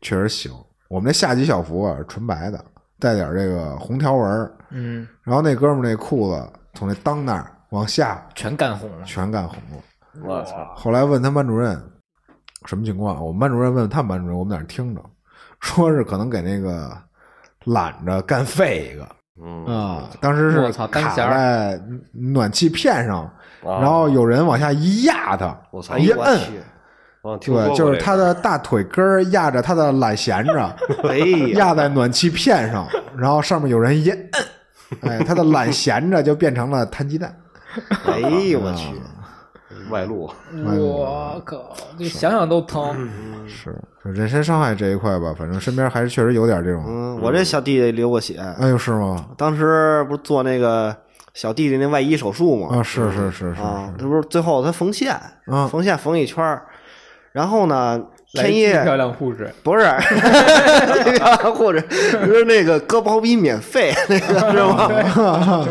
确实行。我们那下级校服啊，纯白的，带点这个红条纹儿
嗯，
然后那哥们儿那裤子从那裆那儿往下
全干红了，
全干红了。
我操，
后来问他班主任什么情况，我们班主任问他们班主任，我们在那儿听着，说是可能给那个懒着干废一个
嗯，
啊。当时是
我操单
卡
弦儿
在暖气片上，
啊
然后有人往下一压他，
我操
一
哎呦
摁，
我
嗯
好像听说
对，
过
就是
这
他
个，
的大腿根儿压着他的懒弦 着，
哎 呀，
压在暖气片上，然后上面有人一摁，哎，他的懒闲着就变成了摊鸡蛋。
哎呦我去，
外露，
我靠，这想想都疼。
是， 就人身伤害这一块吧，反正身边还是确实有点这种。
嗯，我这小弟弟流过血，
哎呦，是吗？
当时不是做那个小弟弟那外衣手术吗？
啊，是是是是
啊
是，
这不是最后他缝线，
嗯
缝线缝一圈儿，然后呢，天
来一
夜
漂亮护士，
不是，或者是那个割包皮免费那个是 吗？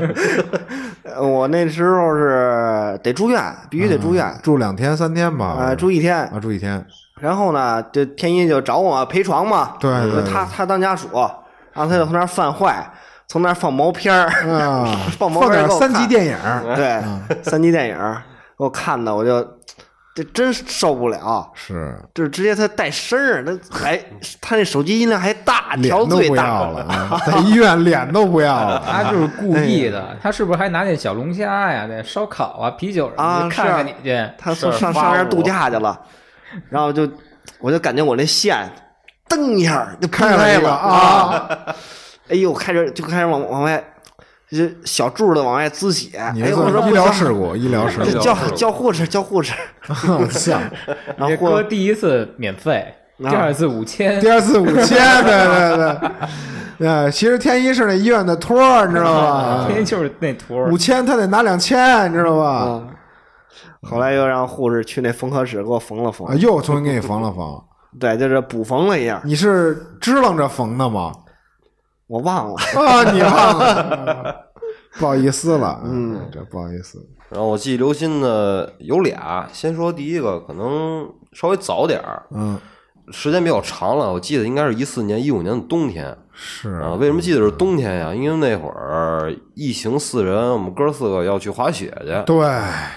呃我那时候是得住院，必须得住院，
住两天三天吧。
啊，住一天。
啊，住一 天。
然后呢，这天一就找我嘛陪床嘛，呃
对对对
他他当家属，然后他就从那儿犯坏，从那儿放毛片儿，，
啊
放毛片儿
点
给我
三级
看
电 影。啊
对，三级电影儿给我看的，我就这真受不了，
是，
就是直接他带声儿，他还他那手机音量还大，
脸
调
都
最
不
大
要了，哎啊，在医院脸都不要 了。
他就是故意的，他是不是还拿那小龙虾呀、那烧烤啊、啤酒什么
啊
的看看
是
你去？
他从
是
上上
发
那儿
我
度假去了，然后就我就感觉我那线噔一下就
开
崩
了一个
了
啊！
哎呦，开始就开始往往外，就小柱的往外滋血，哎
你这
呦，我说
算医
不
疗
行
事故，医疗事故
这
这
叫。
叫叫护士，叫护士，
我操！
然后
这
护
哥第一次免费，第二次五千
第，二次五千，对对对，呃，其实天一是那医院的托儿，你知道
啊
吧？
天天就是那图儿
五。千他得拿两千，你知道
哦
吧？
啊，后来又让护士去那缝合室给我缝了缝
啊，，又重新给你缝了缝，
对，就是补缝了一下，
你是支棱着缝的吗？
我忘了，
啊，你忘了，不好意思了，嗯，这不好意思，
然后我记忆犹新的有俩，先说第一个，可能稍微早点儿，
嗯，
时间比较长了，我记得应该是一四年、一五年的冬天
是
啊。为什么记得是冬天呀？因为那会儿一行四人，我们哥四个要去滑雪去。
对，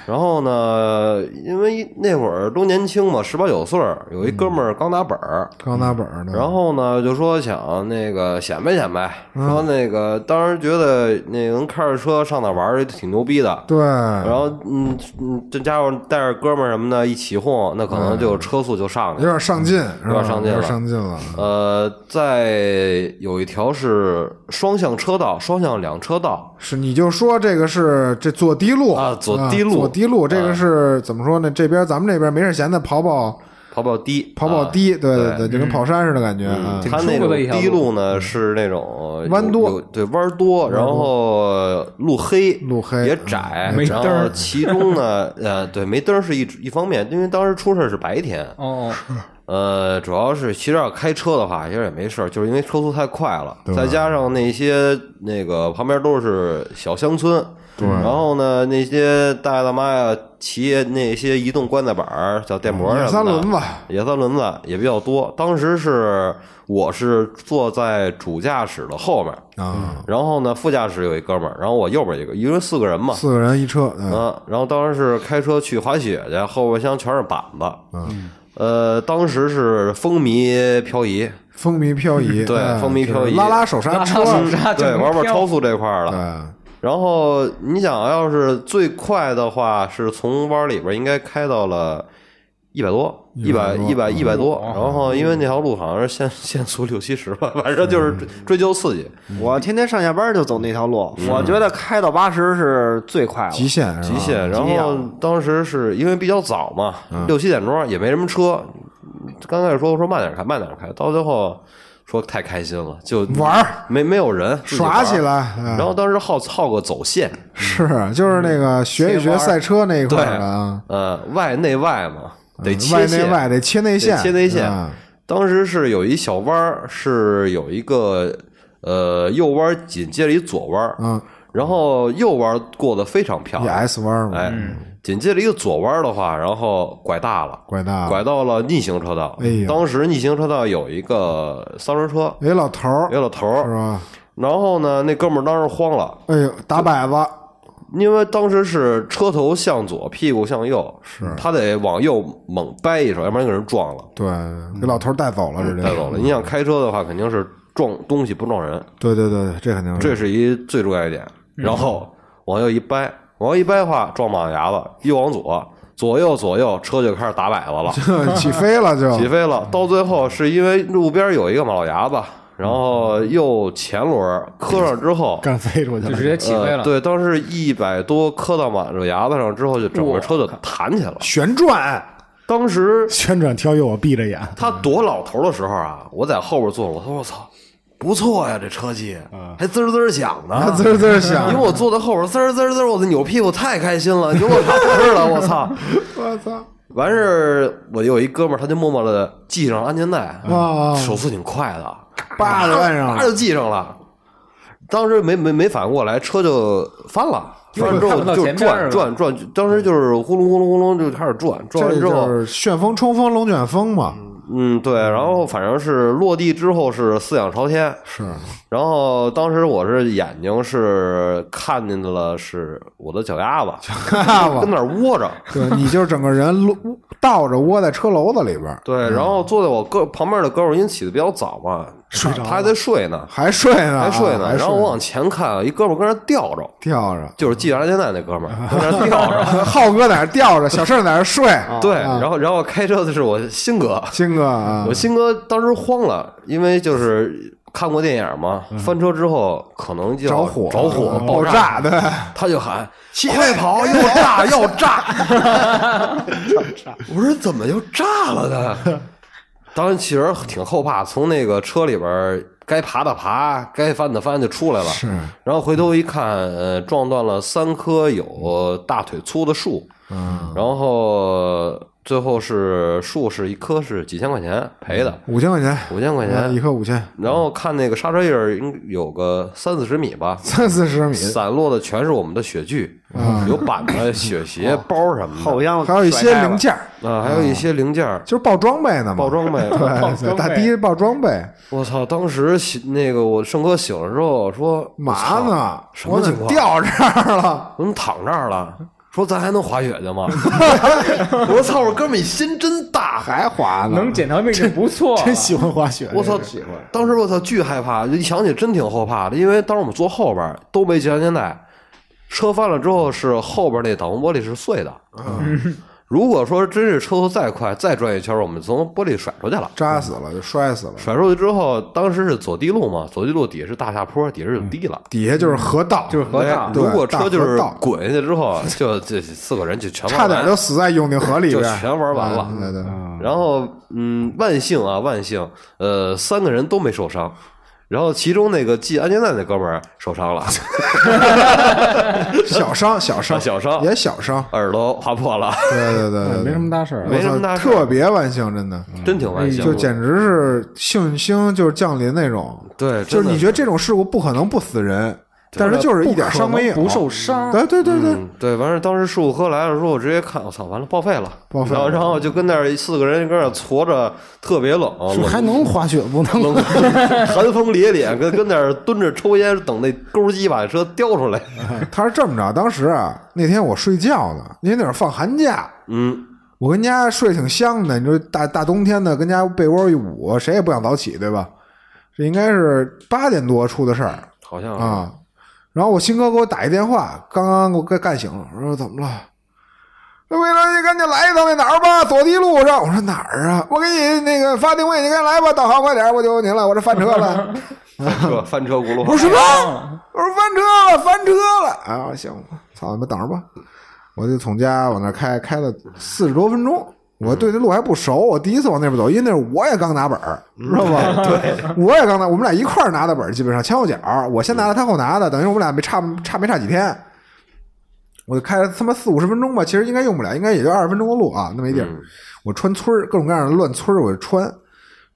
然后呢，因为那会儿都年轻嘛，十八九岁儿，有一哥们儿刚拿本儿，
刚拿本儿呢，
然后呢，就说想那个显摆显摆，说那个当时觉得那能开着车上哪儿玩儿挺牛逼的。
对，
然后嗯嗯，这家伙带着哥们儿什么的一起哄，那可能就车速就上去
有
了。
点上劲，是吧
有点上劲
有
了
点上劲了，
呃，在有一条是双向车道，双向两车道，
是，你就说这个是这左低路
啊左低路啊
左低路，这个是怎么说呢？这边咱们这边没事闲的跑跑
跑跑低，
跑跑
啊
低，对
对
对，就跟跑山似的感觉啊。
嗯挺
它
舒
嗯那
服
种
的一条
低
路嗯
路呢是那种
弯
有
多
有对弯多，然后路黑，
路黑
也窄，
嗯没
然
灯儿
后其中呢，呃，对，没灯儿是一一方面，因为当时出事儿是白天，
哦，
呃，主要是其实要开车的话，其实也没事儿，就是因为车速太快了，再加上那些那个旁边都是小乡村，对，然后呢，那些大爷大妈呀骑那些移动棺材板儿、小
嗯
电摩
野
什么的，
三轮子，
野三轮子也比较多。当时是我是坐在主驾驶的后面，
啊，
然后呢副驾驶有一哥们儿，然后我右边一个，一共四个人嘛。
四个人一车，嗯，
嗯，然后当时是开车去滑雪去，后备箱全是板子。嗯，呃，当时是风靡漂移，
风靡漂移，
对
嗯
风靡
就是
漂移
拉拉手刹车，哎
手刹就
对，
能
玩玩
飘
超速这块儿了。
对，
然后你想要是最快的话，是从弯里边应该开到了一百多，一百一百
嗯
一百
哦
多。然后因为那条路好像是限 限速六七十吧，反正就是追
嗯
追求刺激，
我天天上下班就走那条路，我觉得开到八十是最快了。
极限是吧
极限。然
极
后
限
当时是因为比较早嘛，
嗯
六七点钟也没什么车，刚开始说说慢点开，慢点开，到最后说太开心了，就
玩儿
没没有人自己玩
耍
儿嗯
起来。嗯
然后当时好操个走线，
是就是那
嗯
个学一学赛车那一块儿的啊，
呃，外内外嘛，得
嗯
切
外内
线
外得切内线，
切内线
啊
当时是有一小弯儿，是有一个呃右弯儿紧接着一左弯儿，
嗯，
然后右弯儿过得非常漂
也嗯
亮，
S 弯嘛，
哎，紧接着一个左弯儿的话，然后拐大了，
拐大
拐
了。
到了逆行车道。
啊哎呦
当时逆行车道有一个三轮车，
哎，老头儿
有老头
是
儿，
吧？
然后呢，那哥们儿当时慌了，
哎呦，打摆子，
因为当时是车头向左，屁股向右，是他得往右猛掰一手，要不然给人撞了，
对，给老头儿带走了，直接
带走了。你想开车的话，肯定是撞东西不撞人。
对对对，对这肯定是
这是一最重要一点。
嗯
然后往右一掰，往右一掰的话，撞马路牙子，又往左，左右左右，车就开始打摆 子了，
起飞了就
起飞了。到最后是因为路边有一个马路牙子，然后右前轮磕上之后。
干飞出去
就
了
直。接起飞
呃
了。
对，当时一百多磕到马路牙子上之后，就整个车就弹起来了。
旋转，
当时
旋转跳跃，我闭着眼，
他躲老头的时候啊，我在后边坐，我说我操，不错呀，这车技
嗯
还滋儿滋儿响呢，
它啊 滋儿滋儿响
因为，我坐在后边，滋儿滋儿滋儿，我的扭屁股太开心了，你给我打事了，我操！
我操
完事儿，我有一哥们儿，他就默默的系上安全带，
啊！
手速挺快的，
叭就按上
啪
了，
就系上了。当时没没没反应过来，车就翻了，翻了之
看不
后
到
就
前边儿
转
了
转转，当时就是呼隆呼隆呼隆就开始转，
这
转完之后，
就是旋风冲锋龙卷风嘛，
嗯，对，然后反正是落地之后是四仰朝天，
是
然后当时我是眼睛是看见了是我的脚丫子，
看吧
跟，那儿窝着。
对，你就是整个人撸倒着窝在车篓子里边儿，
对，然后坐在我哥旁边的哥们儿，因为起的比较早嘛，
睡着了
他还在睡呢，
还睡呢，
还睡
啊
呢。
还
然后我往前看，一哥们儿跟那儿吊着，
吊着，
就是系着安全带那哥们儿跟那儿 吊着。
呃浩哥在那吊 着，小胜在那睡，
对，然后然后开车的是我新哥，
金哥啊
我，新哥当时慌了，因为就是看过电影嘛，翻车之后可能就要
着火啊嗯
着火
爆
炸，
炸，对，
他就喊快 跑，要炸要炸！我说怎么就炸了呢？ 当时其实挺后怕，从那个车里边儿该爬的爬，该翻的翻就出来了。
是，
然后回头一看，呃，撞断了三棵有大腿粗的树，
嗯，
然后最后是树是一棵是几千块钱赔的，
五千块钱，
五千块
嗯一
钱。
颗五千，
然后看那个刹车印儿，应有个三四十米吧，
三四十米，嗯
散落的全是我们的雪具，有板 子、雪鞋、包什么的，
好像
还有一些
甩开了
零件儿，
啊，还有一些零件儿，
就是爆装备呢嘛，
爆装备。
对，大迪爆装备，
我操！当时醒那个我盛哥醒了之后说：“
嘛
我操
呢？
什
我
么
怎
情
么
况？
掉这儿了？
我怎么躺这儿了？”说咱还能滑雪去吗？我说操！我哥们，你心真大！
还滑呢？
能捡到命就不错啊了，
真喜欢滑雪。
我操！当时我操，巨害怕，一想起真挺后怕的，因为当时我们坐后边儿都没系安全带，车翻了之后是后边那挡风玻璃是碎的。如果说真是车速再快再转一圈儿，我们从玻璃甩出去了。
扎死了就摔死了，
甩出去之后，当时是走地路嘛，走地路底下是大下坡，底下是有地了。
底下就是河道，
就是河道
哎。
对
如果车就
大河
是
道
滚下去之后，就这四个人就全
差
玩完
点就死在永定河里边，
就全玩完了
啊对对，
然后嗯，万幸啊，万幸，呃，三个人都没受伤。然后其中那个系安全带那哥们儿受伤了，
对小伤小伤
啊小伤
也小伤，
耳朵划破了，
对对
哎
对对，
没什么大事儿
我，
没什么
操
大事
特别万幸，真的，
真挺
哎
万幸
就
的。
简直是幸星就是降临那种，
对，
就
真
是
的
你觉得这种事故不可能不死人，但是就是一点伤
啊
没有，
不受伤。
对对对对，
嗯对，完事儿当时事故科来了之后，我直接看，我操，完了报废了，
报废
然后
了
然后就跟那儿四个人跟那儿搓着，特别冷，
是
冷
还能滑雪不能？
冷，寒风凛凛，跟跟那儿蹲着抽烟，等那钩机把车叼出来。
他是这么着，当时啊，那天我睡觉呢，因为那会儿放寒假，
嗯，
我跟家睡挺香的，你说大大冬天的，跟家被窝一捂，谁也不想早起，对吧？这应该是八点多出的事儿
好像是，
啊。然后我新哥给我打一电话，刚刚给我干干醒了，我说怎么了？那魏老师，你赶紧来一趟那哪儿吧，左堤路上。我说哪儿啊？我给你那个发定位，你赶紧来吧，导航快点，我就您了，我这翻车了。
翻车翻车轱辘
我说
话，
什么？我说翻车了，翻车了！啊，行，操你们等着吧。我就从家往那儿开，开了四十多分钟。我对这路还不熟，我第一次往那边走，因为那是我也刚拿本儿，知道吧？对，我也刚拿，我们俩一块儿拿的本儿，基本上前后脚，我先拿的，他后拿的，等于我们俩没差差没差几天。我就开了他妈四五十分钟吧，其实应该用不了，应该也就二十分钟的路啊，那么一地
嗯
儿。我穿村儿，各种各样的乱村儿，我就穿，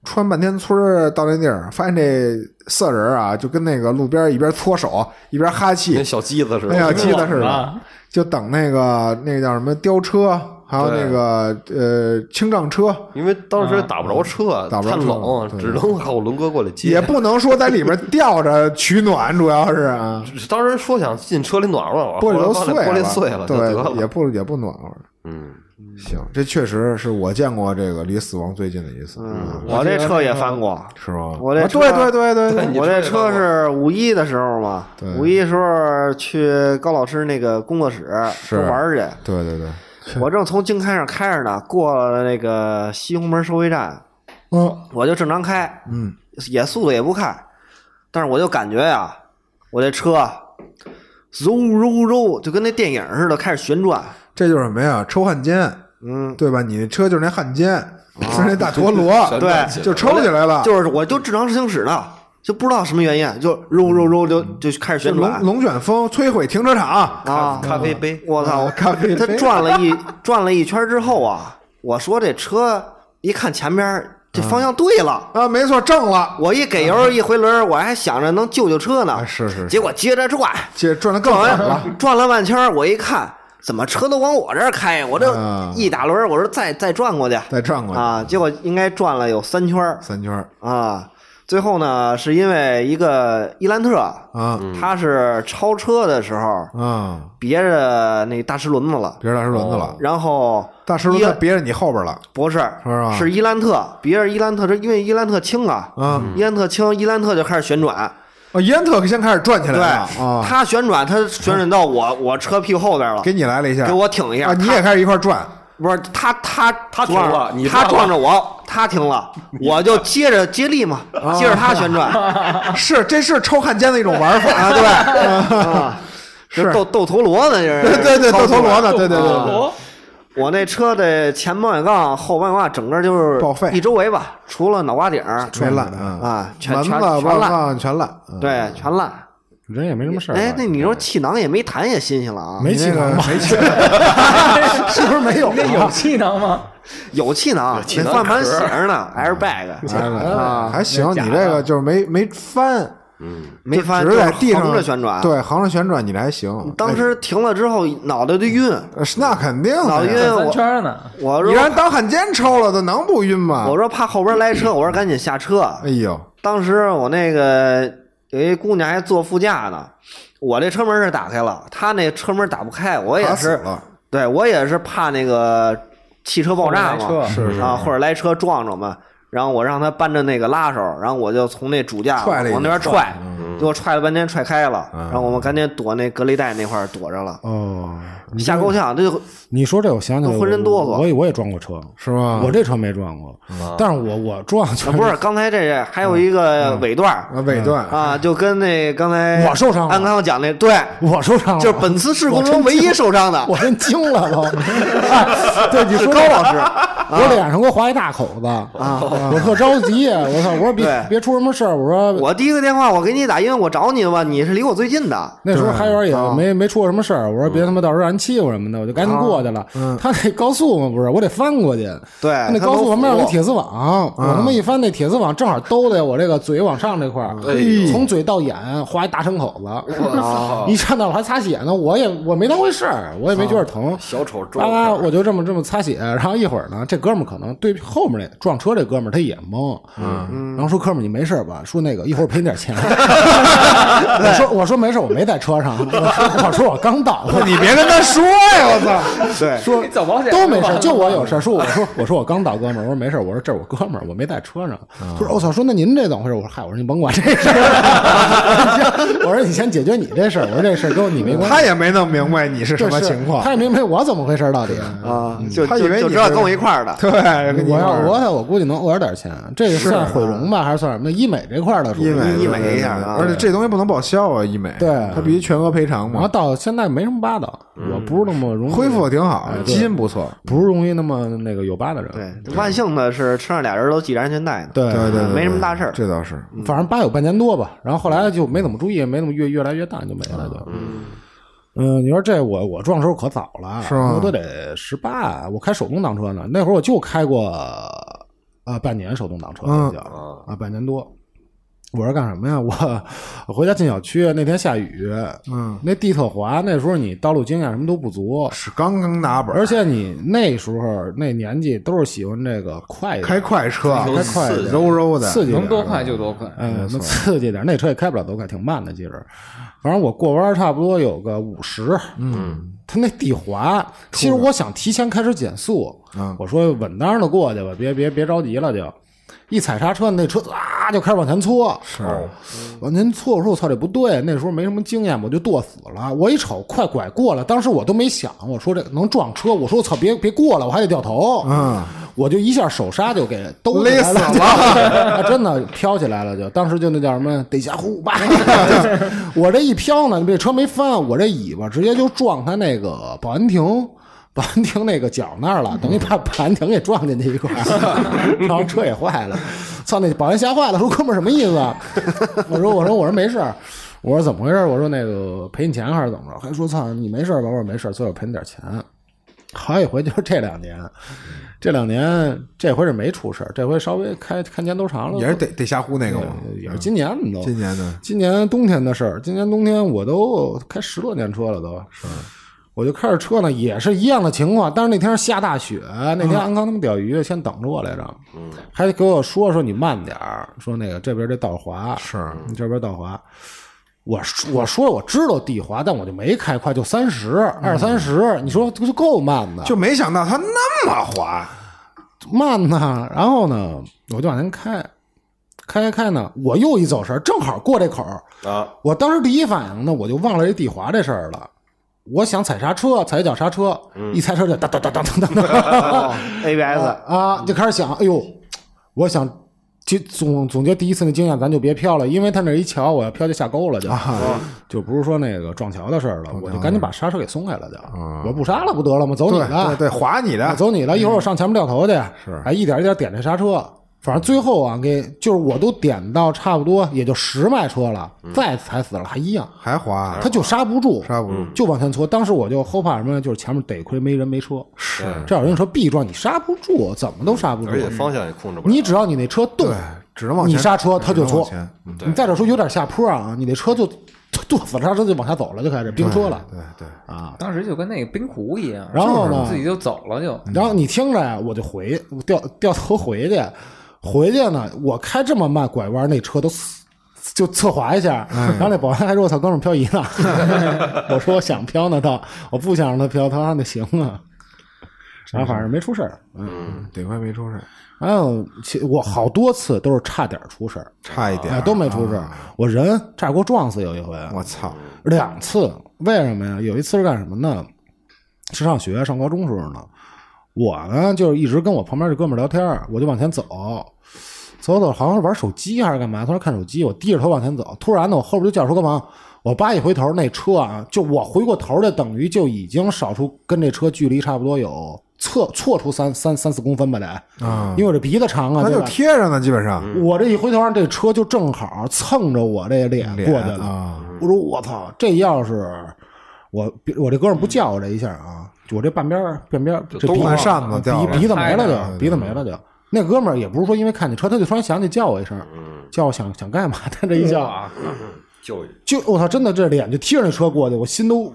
穿半天村儿到那地儿，发现这色人啊，就跟那个路边一边搓手一边哈气
跟，小鸡子似
哎呀，
的。
气的似
冷
的
啊，
就等那个那个叫什么吊车，还有那个呃清障车，
因为当时打不着车，
嗯打不着
太
车
冷，
对
只能靠我伦哥过来接。
也不能说在里面吊着取暖，主要是啊，
当时说想进车里暖和暖和，
玻璃都
后
碎
来
了，
玻璃碎了就得
对，也
了。
不也不暖和。
嗯，
行，这确实是我见过这个离死亡最近的一次，嗯，
我这车也翻过，
是吗？
我这
啊
车
对对对对对，
你
我
车
这
也
车
翻过
是五一的时候嘛
对，
五一的时候去高老师那个工作室
是
说玩儿去，
对对对，
我正从京开上开着呢，过了那个西红门收费站，
嗯
我就正常开，
嗯，
也速度也不快，但是我就感觉呀、我这车揉揉揉，就跟那电影似的开始旋转，
这就是什么呀？抽汉奸，
嗯，
对吧？你那车就是那汉奸，是那大陀螺，
旋
对
转啊起来
就抽起来了，
就是我就正常行驶呢，就不知道什么原因，就揉揉揉就就开始旋
嗯龙
转
龙卷风摧毁停车场，
啊，
咖啡杯，
我操！
咖啡
他
杯
转了一 转了一圈之后啊，我说这车一看前边这方向对了，
啊，没错，正了，
我一给油一回轮，我还想着能救救车呢
啊，，是是，
结果接着转，
这转的更狠了，
转了半圈，我一看怎么车都往我这儿开，我这
啊
一打轮，我说再再转过去
再转过去
啊，结果应该转了有三圈儿
三圈儿
啊。最后呢，是因为一个伊兰特，
啊
他是超车的时候
啊，
别着那大石轮子了，
别着大石轮子
哦
了，
然后
啊大石轮子别着你后边了，啊
不是，
是吧
是伊兰特，别人伊兰特，这因为伊兰特轻啊，
嗯
啊，
伊兰特轻，伊兰特就开始旋转，
哦，伊恩特先开始转起来
对，
了啊，
他旋转，他旋转到我我车屁股后边了，
给你来了一下，
给我挺一下，
啊，你也开始一块儿转，
不是他他他
停了你
他
撞了
撞着我，他 停了，我就接着接力嘛，
啊
接着他旋 转
是，这是抽汉奸的一种玩法，
啊，对，啊，这
是
斗斗陀螺呢，这
对 对
是
对，斗陀螺
呢。
的，
啊
对对对对，
哦，
我那车的前保险杠、后保险杠整个就是
报废
一周围吧，除了脑瓜顶儿
全烂
嗯
啊，
啊，全
门
全
子、
全
棒
烂，
棒全烂，嗯
对，全烂。
人也没什么事儿吧。
哎，那你说气囊也没弹，也新鲜了啊？
没
你
气
那
囊
个
吧？
没气， 是不是没有啊？
那有气囊吗？
有气囊，
气
那
囊
饭盘
壳
写
儿
着呢，airbag
啊，
啊，嗯
还行，你这个就是没没翻，
没翻，
只是
就
在
是
地上
横着旋转。，嗯
对，横着旋转你这还行。
当时停了之后，脑袋就晕，
呃是那肯定
脑
的
晕
呀，
转三
我。
圈呢，
我
你
说
让人当汉奸抽了，他能不晕吗
我？说怕后边来车，我说赶紧下车。
哎呦，
当时我那个有一姑娘还坐副驾呢，我这车门是打开了，她那车门打不开，我也
卡死
是，
了，
对我也是怕那个汽车爆
后
炸
面
嘛
来车，
是是
啊，或者来车撞着嘛。然后我让他扳着那个拉手，然后我就从那主驾
踹了一
往那边
脚
踹，
嗯
结果踹了半天踹开了，
嗯
然后我们赶紧躲那隔离带那块儿躲着了，
哦，你
吓够呛，这就
你说这我想起来，
都浑身哆嗦
我我也我也撞过车，
是吗？
我这车没撞过，但是我我撞就
啊不是刚才这是还有一个尾段儿
啊尾段
啊，就跟那刚才
我受伤了
安康讲那对，
我受伤了，
就是本次事故中唯一受伤的，
我 真惊了 都。哎对，你
是
说
高老师，啊
我脸上给我划一大口子啊！我特着急，我操！我说别
对
别出什么事儿，我说
我第一个电话我给你打，因为我找你嘛，你是离我最近的，啊
那时候海员也没没出过什么事儿，我说别他妈到时候让人欺负什么的，我就赶紧
啊
过去了。他那高速嘛，不是，我得翻过去。
嗯对
那
他
高速
能
旁边有一
扶
铁丝网，我他妈一翻那铁丝网，正好兜在我这个嘴往上这块儿，从嘴到眼划一大伤口子，
我操，
一上道我还擦血呢，我也我没当回事儿，我也没觉得疼。
小丑
啊，
撞
我就这么这么擦血，然后一会儿呢，这哥们儿可能对后面那撞车这哥们儿他也懵，嗯，然后说哥们儿你没事儿吧？说那个一会儿赔你点钱。我说我说没事儿，我没在车上，我说我说我刚到。
你别跟他说呀，我操！
对，
说
你走保险
都没事
是吧
儿，就我有事儿。说我说我说我刚到哥们儿，我说没事儿，我说这是我哥们儿，我没在车上。
啊
他说我操，说那您这怎么回事？我说嗨，我说您甭管这事儿， 我说你先解决你这事儿，我说这事儿跟你
嗯
没关系。
他也没弄明白你是什么
这事
情况
他，也没明白我怎么回事儿到底。
啊，就
他
就
以为
就
你
知道
是
跟我一块儿的，
对，嗯跟你
我
一块
要
儿啊
讹他，我估计能讹着点钱。啊这个算毁容吧，还是算什么医美这块儿的？属于
医美
医美一下啊
而且这东西不能报销啊，医美，
对
他必须全额赔偿
然后
嘛，
到现在没什么疤的，我不是那么容易
嗯恢复的，挺好，
对
基因不错，
不是容易那么那个有疤的人。
对，万幸的是车上俩人都系着安全带呢，
对
对对，对
嗯没什么大事儿
这倒是。
反正疤有半年多吧，然后后来就没怎么注意，没怎么越越来越淡就没了就。嗯，你说这我我撞时候可早了，
是吗
我都得十八，我开手动挡车呢，那会儿我就开过啊半年手动挡车
嗯
已经啊半年多。我是干什么呀？我我回家进小区，那天下雨，
嗯，
那地特滑，那时候你道路经验什么都不足，
是刚刚拿本儿，
而且你那时候那年纪都是喜欢这个快一点
开快车，
开快一点
柔柔的，
刺激点
能
的
多快就多快。
嗯，那刺激点，那车也开不了多快，挺慢的。其实，反正我过弯儿差不多有个五十，嗯，他那地滑，其实我想提前开始减速，
嗯
我说稳当的过去吧，别别别着急了就。一踩刹车，那车啊就开始往前搓，是往前搓。我说我操，这不对，那时候没什么经验，我就剁死了。我一瞅，快拐过了，当时我都没想，我说这能撞车，我说我操，别别过了，我还得掉头。
嗯，
我就一下手刹就给兜
勒
起来
死
了， 啊真的飘起来了就，当时就那叫什么得下 呼吧，我这一飘呢，这车没翻，我这尾巴直接就撞他那个保安亭。 保安亭那个角那
嗯
儿了，等于把保安亭给撞进去一 块儿，然后车也坏了。操，那保安吓坏了，说哥们儿什么意思啊？ 我说我说我说没事儿，我说怎么回事儿？我说那个赔你钱还是怎么着？还说操你没事儿吧？我说没事儿，所以我赔你点儿钱。好几回就是这两年，这两年这回是没出事儿，这回稍微开看年头长了，
也是得得瞎呼那个嘛，嗯
也是今年都
今年的
今年冬天的事儿，今年冬天我都开十多年车了都，是，我就开着车呢，也是一样的情况，但是那天下大雪，那天安康他们钓鱼先等着我来着，嗯，还给我说说你慢点儿，说那个这边这道滑，
是
你这边道滑。我说我说我知道地滑，但我就没开快，就三十二三十，你说这就够慢的，
就没想到它那么滑，
慢呐，然后呢，我就往前开，开开开呢，我又一走神儿，正好过这口儿，
啊，
我当时第一反应呢，我就忘了这地滑这事儿了。我想踩刹车，踩一脚刹车，一踩车就哒哒哒哒哒哒 哒
ABS
啊，就开始想，哎呦，我想就总总结第一次那经验，咱就别飘了，因为它那一桥，我要飘就下沟了就，就不是说那个啊撞桥的事儿啊了，我就赶紧把刹车给松开了就，我说不刹了不得了吗？走你
对
的，
对对，滑你
啊
的，
走你了，一会儿我上前面掉头去，是，哎，一点一点点这刹车，反正最后啊，给就是我都点到差不多也就十迈车了，再踩死了还一样，
还滑，
他就刹不住，
刹不住，
嗯
就往前搓。当时我就后怕什么呢？就是前面得亏没人没车，是，这有人车必撞，你刹不住，怎么都刹不住
而。且方向也控制不了。
你只要你那车动
对，只能往前
你刹车他就
只能
搓
往前，
你再者说有点下坡啊，你那车就跺死了刹车就往下走了，就开始冰车了
对对，
啊。
当时就跟那个冰壶一样，
然后呢
自己就走了就。
然后你听着呀，我就回我掉掉头回去，回去呢，我开这么慢拐弯，那车都死就侧滑一下，然后那保安还说：“我操，哥们儿漂移 呢。”我说：“我想漂呢，倒我不想让他漂，他说那行啊。”然后反正没出事儿。
嗯
得亏没出事儿，
还有，其我好多次都是差点出事儿，
差一点
啊
儿
都没出事儿。我人差点给我撞死有一回，啊
我操，
两次，为什么呀？有一次是干什么呢？是上学，上高中时候呢，我呢就是一直跟我旁边这哥们儿聊天儿，我就往前走，走走，好像是玩手机还是干嘛，他说看手机，我低着头往前走，突然呢，我后边就叫出个忙，我叭一回头，那车啊，就我回过头的，等于就已经少出跟这车距离差不多有错错出三三三四公分吧得，
啊
因为我这鼻子长啊，
他
对
就
吧
贴着呢，基本上
我这一回头，让这车就正好蹭着我这脸
脸
过去了。
啊
我说我操，这要是我我这哥
嗯
们儿不叫我这一下啊，就我这半边儿半边儿这
都
鼻
看扇子掉了
鼻鼻子没了
嗨
就鼻子没了
嗯
就。那哥们儿也不是说因为看见车，他就突然想起叫我一声，
嗯
叫我想想干嘛？ 他这一叫啊，
就
就我操，真的这脸就贴着那车过去，我心都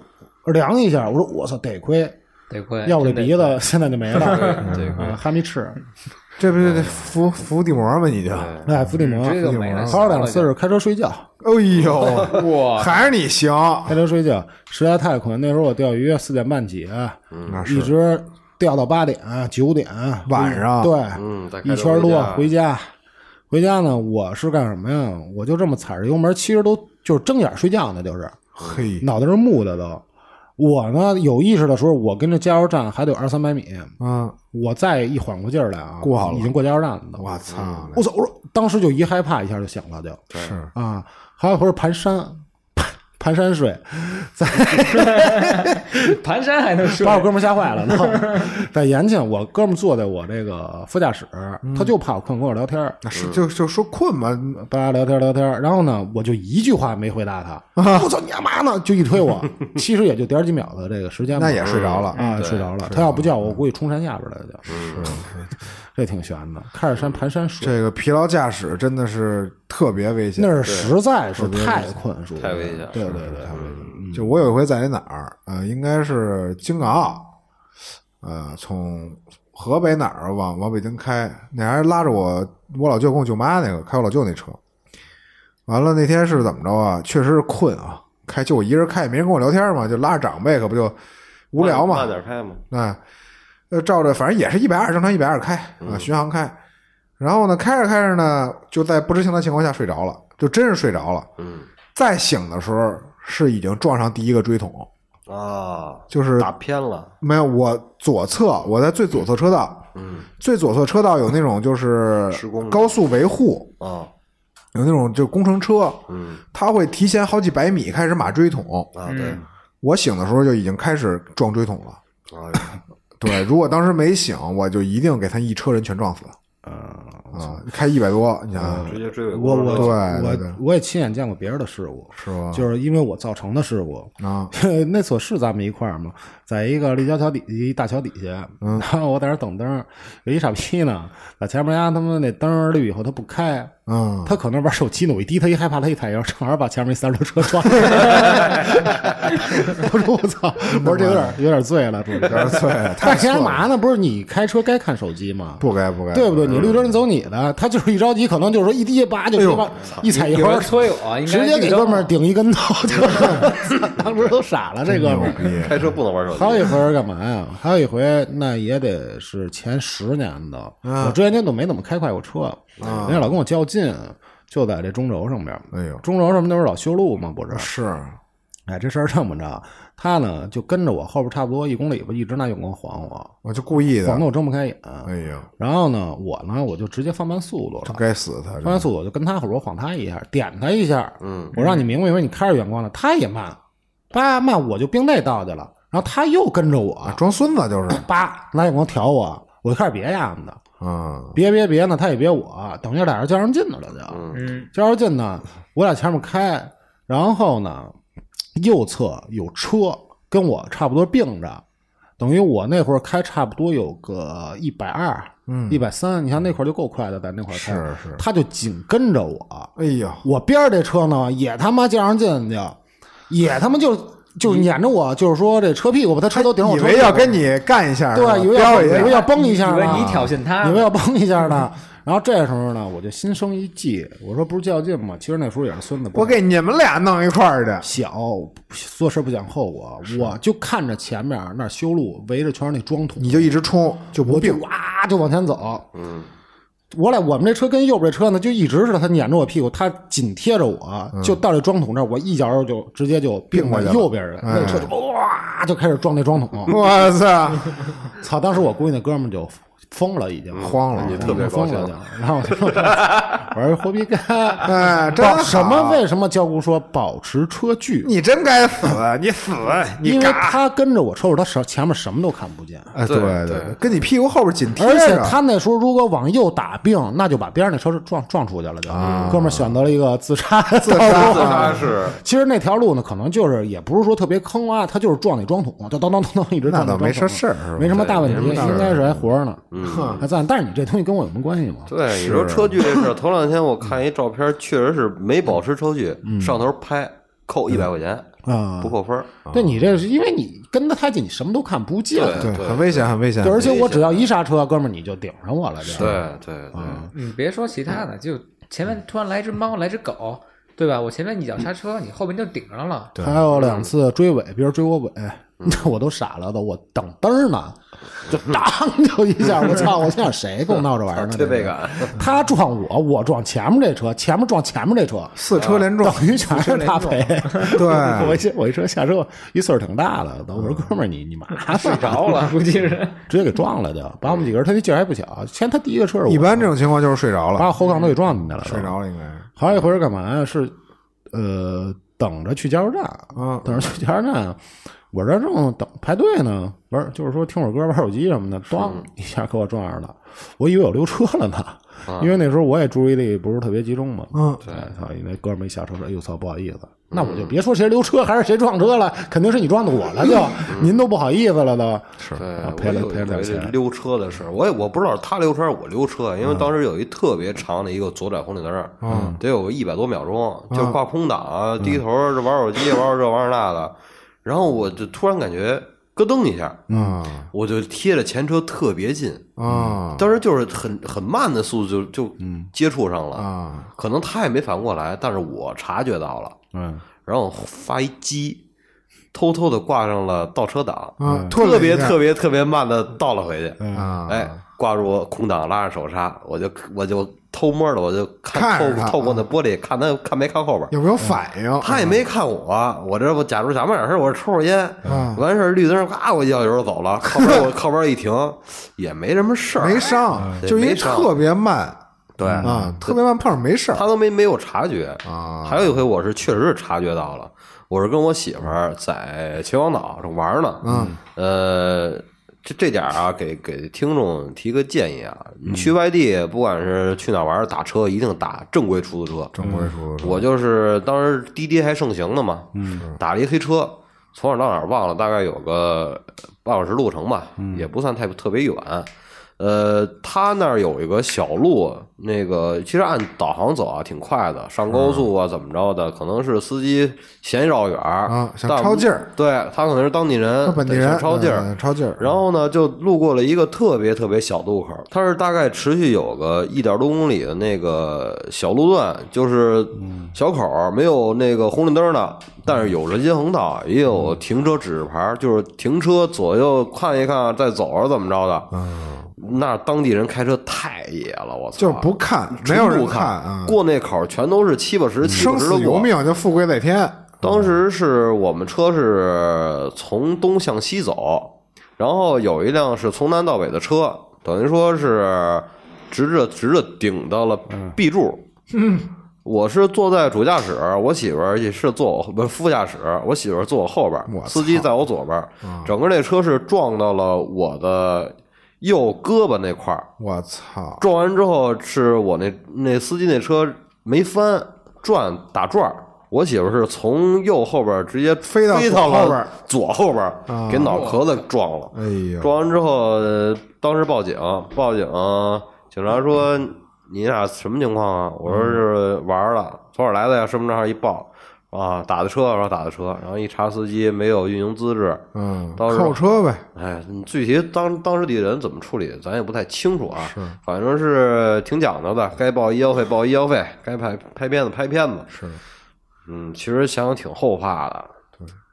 凉一下。我说我操，得亏
得亏嗯
要不这
真
鼻
得
子现在就 没了，
对
啊还没吃。
这不就伏伏地魔吗？你就，哎
哎，伏地魔，
这个
伏地
没了
魔
行
好好两
了
次是开车睡觉，
呦，
哇，
还是你行，
开车睡觉实在太困。那时候我钓鱼，四点半起，啊
嗯那
一
是
直钓到八点、九点，
晚上
对，
嗯，再开
一
车
圈多
回
回家。回家呢，我是干什么呀？我就这么踩着油门，其实都就是睁眼睡觉呢，就是
嘿，
脑袋是木的都。我呢有意识的时候，我跟着加油站还得有二三百米，
啊，
我再一缓过劲儿来啊，
过好了
已经过加油站了。嗯
我操，
我操！我说当时就一害怕，一下就醒了，就是啊。还有回是盘山，盘盘山睡，
盘山还能 睡
把我哥们儿吓坏了都。在延庆，我哥们儿坐在我这个副驾驶，他就怕我困，跟我聊天儿，
那是就就说困嘛，
大家聊天儿聊天儿。然后呢，我就一句话没回答他。我操你干嘛呢？就一推我，其实也就点儿几秒的这个时间吧，
那也睡着了。
啊，睡着了。他要不叫我，我估计冲山下边儿了就。是，这挺悬的。开着山盘山睡，
这个疲劳驾驶真的是特别危险。
那是实在是太困住了，
太危险了
对对对，太危险了。
嗯
就我有一回在那哪儿，呃，应该是京港，呃，从河北哪儿往往北京开，那还是拉着我我老舅跟我舅妈那个开我老舅那车。完了那天是怎么着啊？确实是困啊，开就我一人开，也没人跟我聊天嘛，就拉着长辈，可不就无聊嘛
慢慢，点开嘛，
啊，呃，照着反正也是一百二，正常一百二开
嗯
啊，巡航开。然后呢，开着开着呢，就在不知情的情况下睡着了，就真是睡着了。
嗯
再醒的时候是已经撞上第一个锥桶，
啊，
就是
打偏了，
没有我左侧，我在最左侧车道，
嗯
最左侧车道有那种就是
施工的
高速维护，
啊
有那种就工程车，
嗯
它会提前好几百米开始码锥桶。
啊
嗯
对，
我醒的时候就已经开始撞锥桶了。
啊
对，如果当时没醒，我就一定给他一车人全撞死。啊，开一百多，你想想
直接追尾
我
过
我
了
对对对
我我也亲眼见过别人的事故，
是吧？
就是因为我造成的事故。
啊，
那所是咱们一块儿嘛，在一个立交桥底一大桥底下，嗯然后我在那儿等灯，有一傻逼呢，在前面家他妈那灯绿以后他不开，
嗯，
他可能玩手机呢，我一滴他一害怕他一抬腰，正好把前面一三轮车撞了。 我说我操，我说这有点有点醉了，主
有点醉，太
但是
醉
干
了，
嘛呢？不是你开车该看手机吗？
不该不该，
对不对？你绿灯你走你的，他就是一着急，可能就是说一滴叭就直接把一踩
有
油
人，催我，应该
直接给
绿灯
哥们儿顶一跟头，就是当时都傻了，这哥们儿。
逼
开车不能玩手机，
还有一回是干嘛呀？还有一回那也得是前十年的，我之前就都没怎么开快过车，人家老跟我较劲，就在这中轴上边。
哎呦，
中轴上面那不是老修路吗？不是，
是啊
哎，这事儿这么着，他呢就跟着我后边差不多一公里吧，一直拿远光晃我，
我就故意的
晃，得我睁不开眼。
哎呦，
然后呢，我呢我就直接放慢速度了
真，该死他，
放慢速度我就跟他后边晃他一下，点他一下，
嗯
我让你明白明白，你开着远光的，他也慢，叭慢我就并队倒去了，然后他又跟着我
啊，装孙子就是，
叭拿眼光瞟我，我就开始别样子，
嗯，
别别别呢，他也别我，等于俩人较上劲了了就，
嗯
嗯，
较上劲呢，我俩前面开，然后呢右侧有车跟我差不多并着，等于我那会儿开差不多有个一百二，
嗯
一百三，你看那会儿就够快的，在那会儿开，
是是
他就紧跟着我，
哎呦，
我边儿这车呢也他妈较上劲去，也他妈就就撵着我，就是说这车屁股吧，他车都顶着我
以
车
为
屁股
要跟你干一下，是吧
对，以啊为
飙
要
一
以
下，
为要崩一下呢，
以为你挑衅他
以为要崩一下呢。然后这时候呢，我就心生一计，我说不是较劲吗？其实那时候也是孙子，不
我给你们俩弄一块儿去，
小做事不讲后果，我就看着前面那儿修路围着圈儿那桩土，
你就一直冲，就不
我就
并，
哇就往前走，
嗯
我俩我们这车跟右边这车呢，就一直是他撵着我屁股，他紧贴着我，就到这桩桶这儿，我一脚就直接就并过
嗯并过去了嗯
右边人，那车就哇就开始撞那桩 桶。
我操，
操！当时我估计那哥们儿就疯了，已啊经
慌了，
你特别高
疯
兴
了就。然后 我就我说活逼该，
哎，真
保
好
什么？为什么教姑说保持车距？
你真该死，你死，你
因为
嘎。
他跟着我车，他什前面什么都看不见。
哎，
对
对
对，
跟你屁股后边紧贴
而且
着，
他那时候如果往右打并，那就把边上那车是撞撞出去了，就、哥们儿选择了一个自杀自
啊杀
自杀 是
其实那条路呢，可能就是也不是说特别坑洼，它就是撞那桩桶，就当当当当一直
那
撞
倒
那
没
桩
啥
桶，
事儿，是吧
没什么大问题，
没什么大
应该是还活着呢，
嗯
还在。但是你这东西跟我有什么关系吗？
对，你说车距这事儿，头两天我看一照片，确实是没保持车距，上头拍扣一百块钱，
嗯啊
不。扣分儿。
对你这是因为你跟得太近，你什么都看不见。
对
对，很危险，很危险
对，。而且我只要一刹车，哥们儿你就顶上我了。这
对对对，
啊
你别说其他的，就前面突然来只猫，来只狗，对吧？我前面一脚刹车，你后面就顶上了。
对
还有两次追尾，别人追我尾， 我都傻了都，我等灯儿呢，就当就一下，我操！我心想谁跟我闹这玩 意儿呢？
推背啊感，
他撞我，我撞前面这车，前面撞前面这车，
四车连撞
等，于全是他赔。哎
对
啊我一下我一车下车，一岁数挺大了，都我说哥们儿你你麻
啊
睡
烦，
着了，估计是。
直接给撞了就，把我们几个人，他那劲儿还不小，先他第一个车是我啊
一般这种情况就是睡着
把
了，
我后杠都给撞进去了，
睡。着了应该。
还有一回是干嘛呀？是呃，等着去加油站
嗯
等着去加油站。我这正等排队呢，玩儿就是说听会儿歌、玩手机什么的，咣一下给我撞上了。我以为我溜车了呢，因为那时候我也注意力不是特别集中嘛。
嗯，
啊对，操！那哥们儿一下车说：“哎呦操，不好意思。”那我就别说谁溜车还是谁撞车了，肯定是你撞的 我了，就您都不好意思了都。是
对，
赔了
我有
赔了点钱
有一溜车的事儿，我也我不知道他溜车还是我溜车，啊因为当时有一特别长的一个左转红绿灯，嗯，得有个一百多秒钟，就是挂空档啊，低头这玩手机，玩这玩那的，然后我就突然感觉咯噔一下，
啊
我就贴着前车特别近，
啊
当时就是很很慢的速度就就接触上了，
啊！
可能他也没反应过来，但是我察觉到了，
嗯，
然后发一鸡，偷偷的挂上了倒车档，
啊退了
特
一
别
下
特别特别慢的倒了回去，
啊
哎，挂住空档，拉上手刹，我就我就偷摸的，我就看
看着他啊嗯
透透过那玻璃看他看没看后边，
有没有反应？
嗯他也没看我，我这不假如假模假式，我抽会儿烟，
啊
完事儿绿灯，嘎，我一脚油走了，靠 边我靠边一停，也没什么事儿，嗯
没伤，就因为
没伤
特别慢
对，
啊，特别慢碰上没事儿
他都没没有察觉
啊
还有一回，我是确实是察觉到了，我是跟我媳妇儿在秦皇岛上玩呢。嗯，呃，这这点儿啊，给给听众提个建议啊，你去外地，不管是去哪儿玩，打车一定打正规出租车。
正规出
我就是当时滴滴还盛行呢嘛，
嗯
打了一黑车，从哪儿到哪儿忘了，大概有个半小时路程吧，
嗯
也不算太特别远。呃，他那儿有一个小路，那个其实按导航走啊，挺快的，上高速
嗯
啊，怎么着的，可能是司机嫌疑绕远儿
啊想
但
抄近儿
对他可能是当地人，
本地
对想
人
抄近儿，
嗯抄劲儿，
然后呢，就路过了一个特别特别小的路口，它是大概持续有个一点多公里的那个小路段，就是小口儿没有那个红绿灯的，但是有人行横道，也有停车指示牌，就是停车左右看一看再走啊，怎么着的。那当地人开车太野了，我操！
嗯就是不看，没有
纯
人
不看，
啊，
过那口儿全都是七八十、七八
生
十
死
的
由
过。
命就富贵在天。
当时是我们车是从东向西走，然后有一辆是从南到北的车，等于说是直着直着顶到了 B 柱。嗯，我是坐在主驾驶，我媳妇儿也是坐我不是副驾驶，我媳妇儿坐我后边
我，操嗯
司机在我左边，整个那车是撞到了我的右胳膊那块儿。
我操！
撞完之后是我那那司机那车没翻转打转儿，我媳妇儿是从右后边儿直接
飞到
飞到
左后边儿
了左后边儿，给脑壳子撞了。
哎呦，
撞完之后，呃当时报警，报警，警察说你俩什么情况啊？我说是玩儿了，从哪儿来的呀？身份证号一报啊，打的车，然后打的车，然后一查司机没有运营资质，
嗯，
到时候
扣车呗，
哎，你具体当当时的人怎么处理，咱也不太清楚啊。反正是挺讲究的，该报医药费报医药费，该拍拍片子拍片子。
是，啊
嗯，其实想想挺后怕的。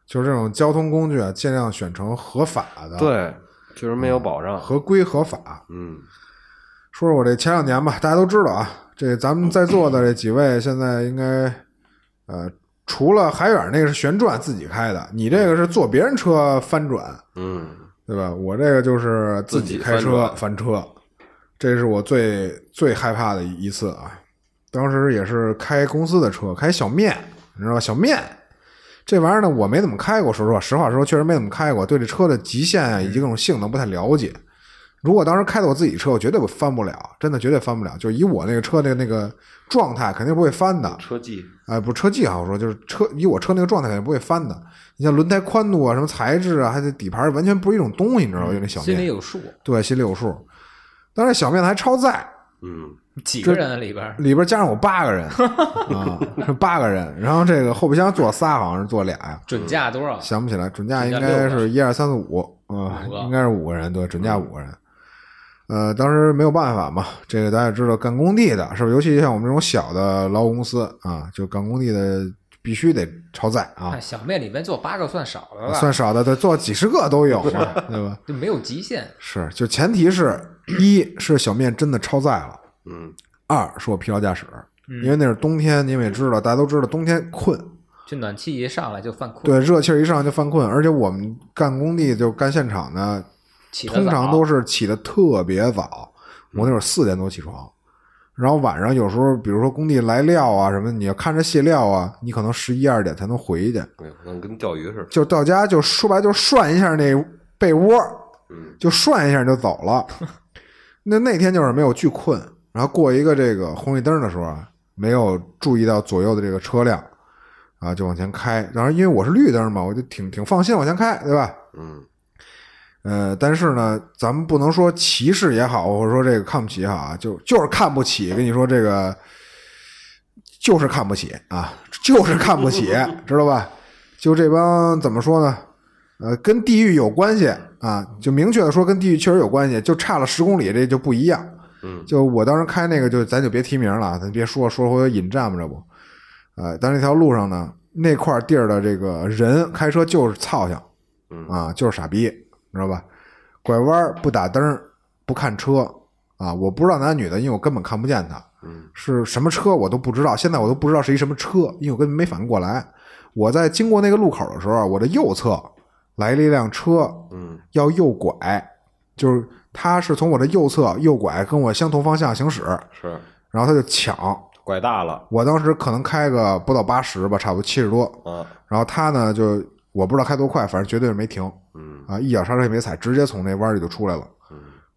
就是这种交通工具啊，尽量选成合法的，，
对，确实没
嗯
有保障。
合规合法。
嗯，
说说我这前两年吧，大家都知道啊，这咱们在座的这几位现在应该，呃，除了海远那个是旋转自己开的，你这个是坐别人车翻转，
嗯，
对吧？我这个就是自己开车翻车，这是我最最害怕的一次啊！当时也是开公司的车，开小面，你知道吧？小面这玩意儿呢，我没怎么开过，说实话，实话实说，确实没怎么开过，对这车的极限啊以及各种性能不太了解。如果当时开的我自己车，我绝对不翻不了，真的绝对翻不了。就以我那个车的那个状态，肯定不会翻的。
车技
哎，不是车技啊，我说就是车，以我车那个状态肯定不会翻的。你像轮胎宽度啊，什么材质啊，还有底盘，完全不是一种东西，你知道吧？就那小
心里
面，
有数，
对，心里有数。但是小面还超载，
嗯，
几个人啊里边儿？
里边加上我八个 人啊，是八个人。然后这个后备箱坐仨，好像是坐俩呀，
准价多少？
想不起来，准价应
准价
该
六个嗯
是一二三四五，啊，应该是五个人，对，准价五个人。呃，当时没有办法嘛，这个大家也知道，干工地的是不是？尤其像我们这种小的劳务公司啊，就干工地的必须得超载啊
看，哎小面里面做八个算少了吧？
算少的，对，做几十个都有 嘛，对吧？
就没有极限。
是，就前提是一是小面真的超载了，
嗯，
二是我疲劳驾驶，
嗯
因为那是冬天，你们也知道，大家都知道冬天困，
这暖气一上来就犯困，
对，热气儿一上就犯困，而且我们干工地就干现场呢，
起得
通常都
早
是起的特别早，我那会儿四点多起床，然后晚上有时候，比如说工地来料啊什么，你要看着卸料啊，你可能十一二点才能回去，
哎呦，那跟钓鱼似的。
就到家就说白就涮一下那被窝，就涮一下就走了。那那天就是没有巨困，然后过一个这个红绿灯的时候啊，没有注意到左右的这个车辆，啊，就往前开。然后因为我是绿灯嘛，我就挺挺放心往前开，对吧？
嗯，
呃，但是呢，咱们不能说歧视也好，或者说这个看不起也好啊，就就是看不起。跟你说这个，就是看不起啊，就是看不起，知道吧？就这帮怎么说呢？呃，跟地域有关系啊，就明确的说跟地域确实有关系，就差了十公里，这就不一样。
嗯，
就我当时开那个，就咱就别提名了啊，咱别说说回头引战吧，这不。呃，但是那条路上呢，那块地儿的这个人开车就是操性，啊，就是傻逼，你知道吧？拐弯儿不打灯儿，不看车啊，我不知道男女的，因为我根本看不见他，是什么车我都不知道，现在我都不知道是一什么车，因为我根本没反应过来。我在经过那个路口的时候，我的右侧来了一辆车，
嗯，
要右拐，就是他是从我的右侧右拐，跟我相同方向行驶，
是
然后他就抢，
拐大了
我当时可能开个不到八十吧，差不多七十多，
啊，
然后他呢，就我不知道开多快，反正绝对是没停，
嗯
啊，一脚刹车也没踩，直接从那弯里就出来了。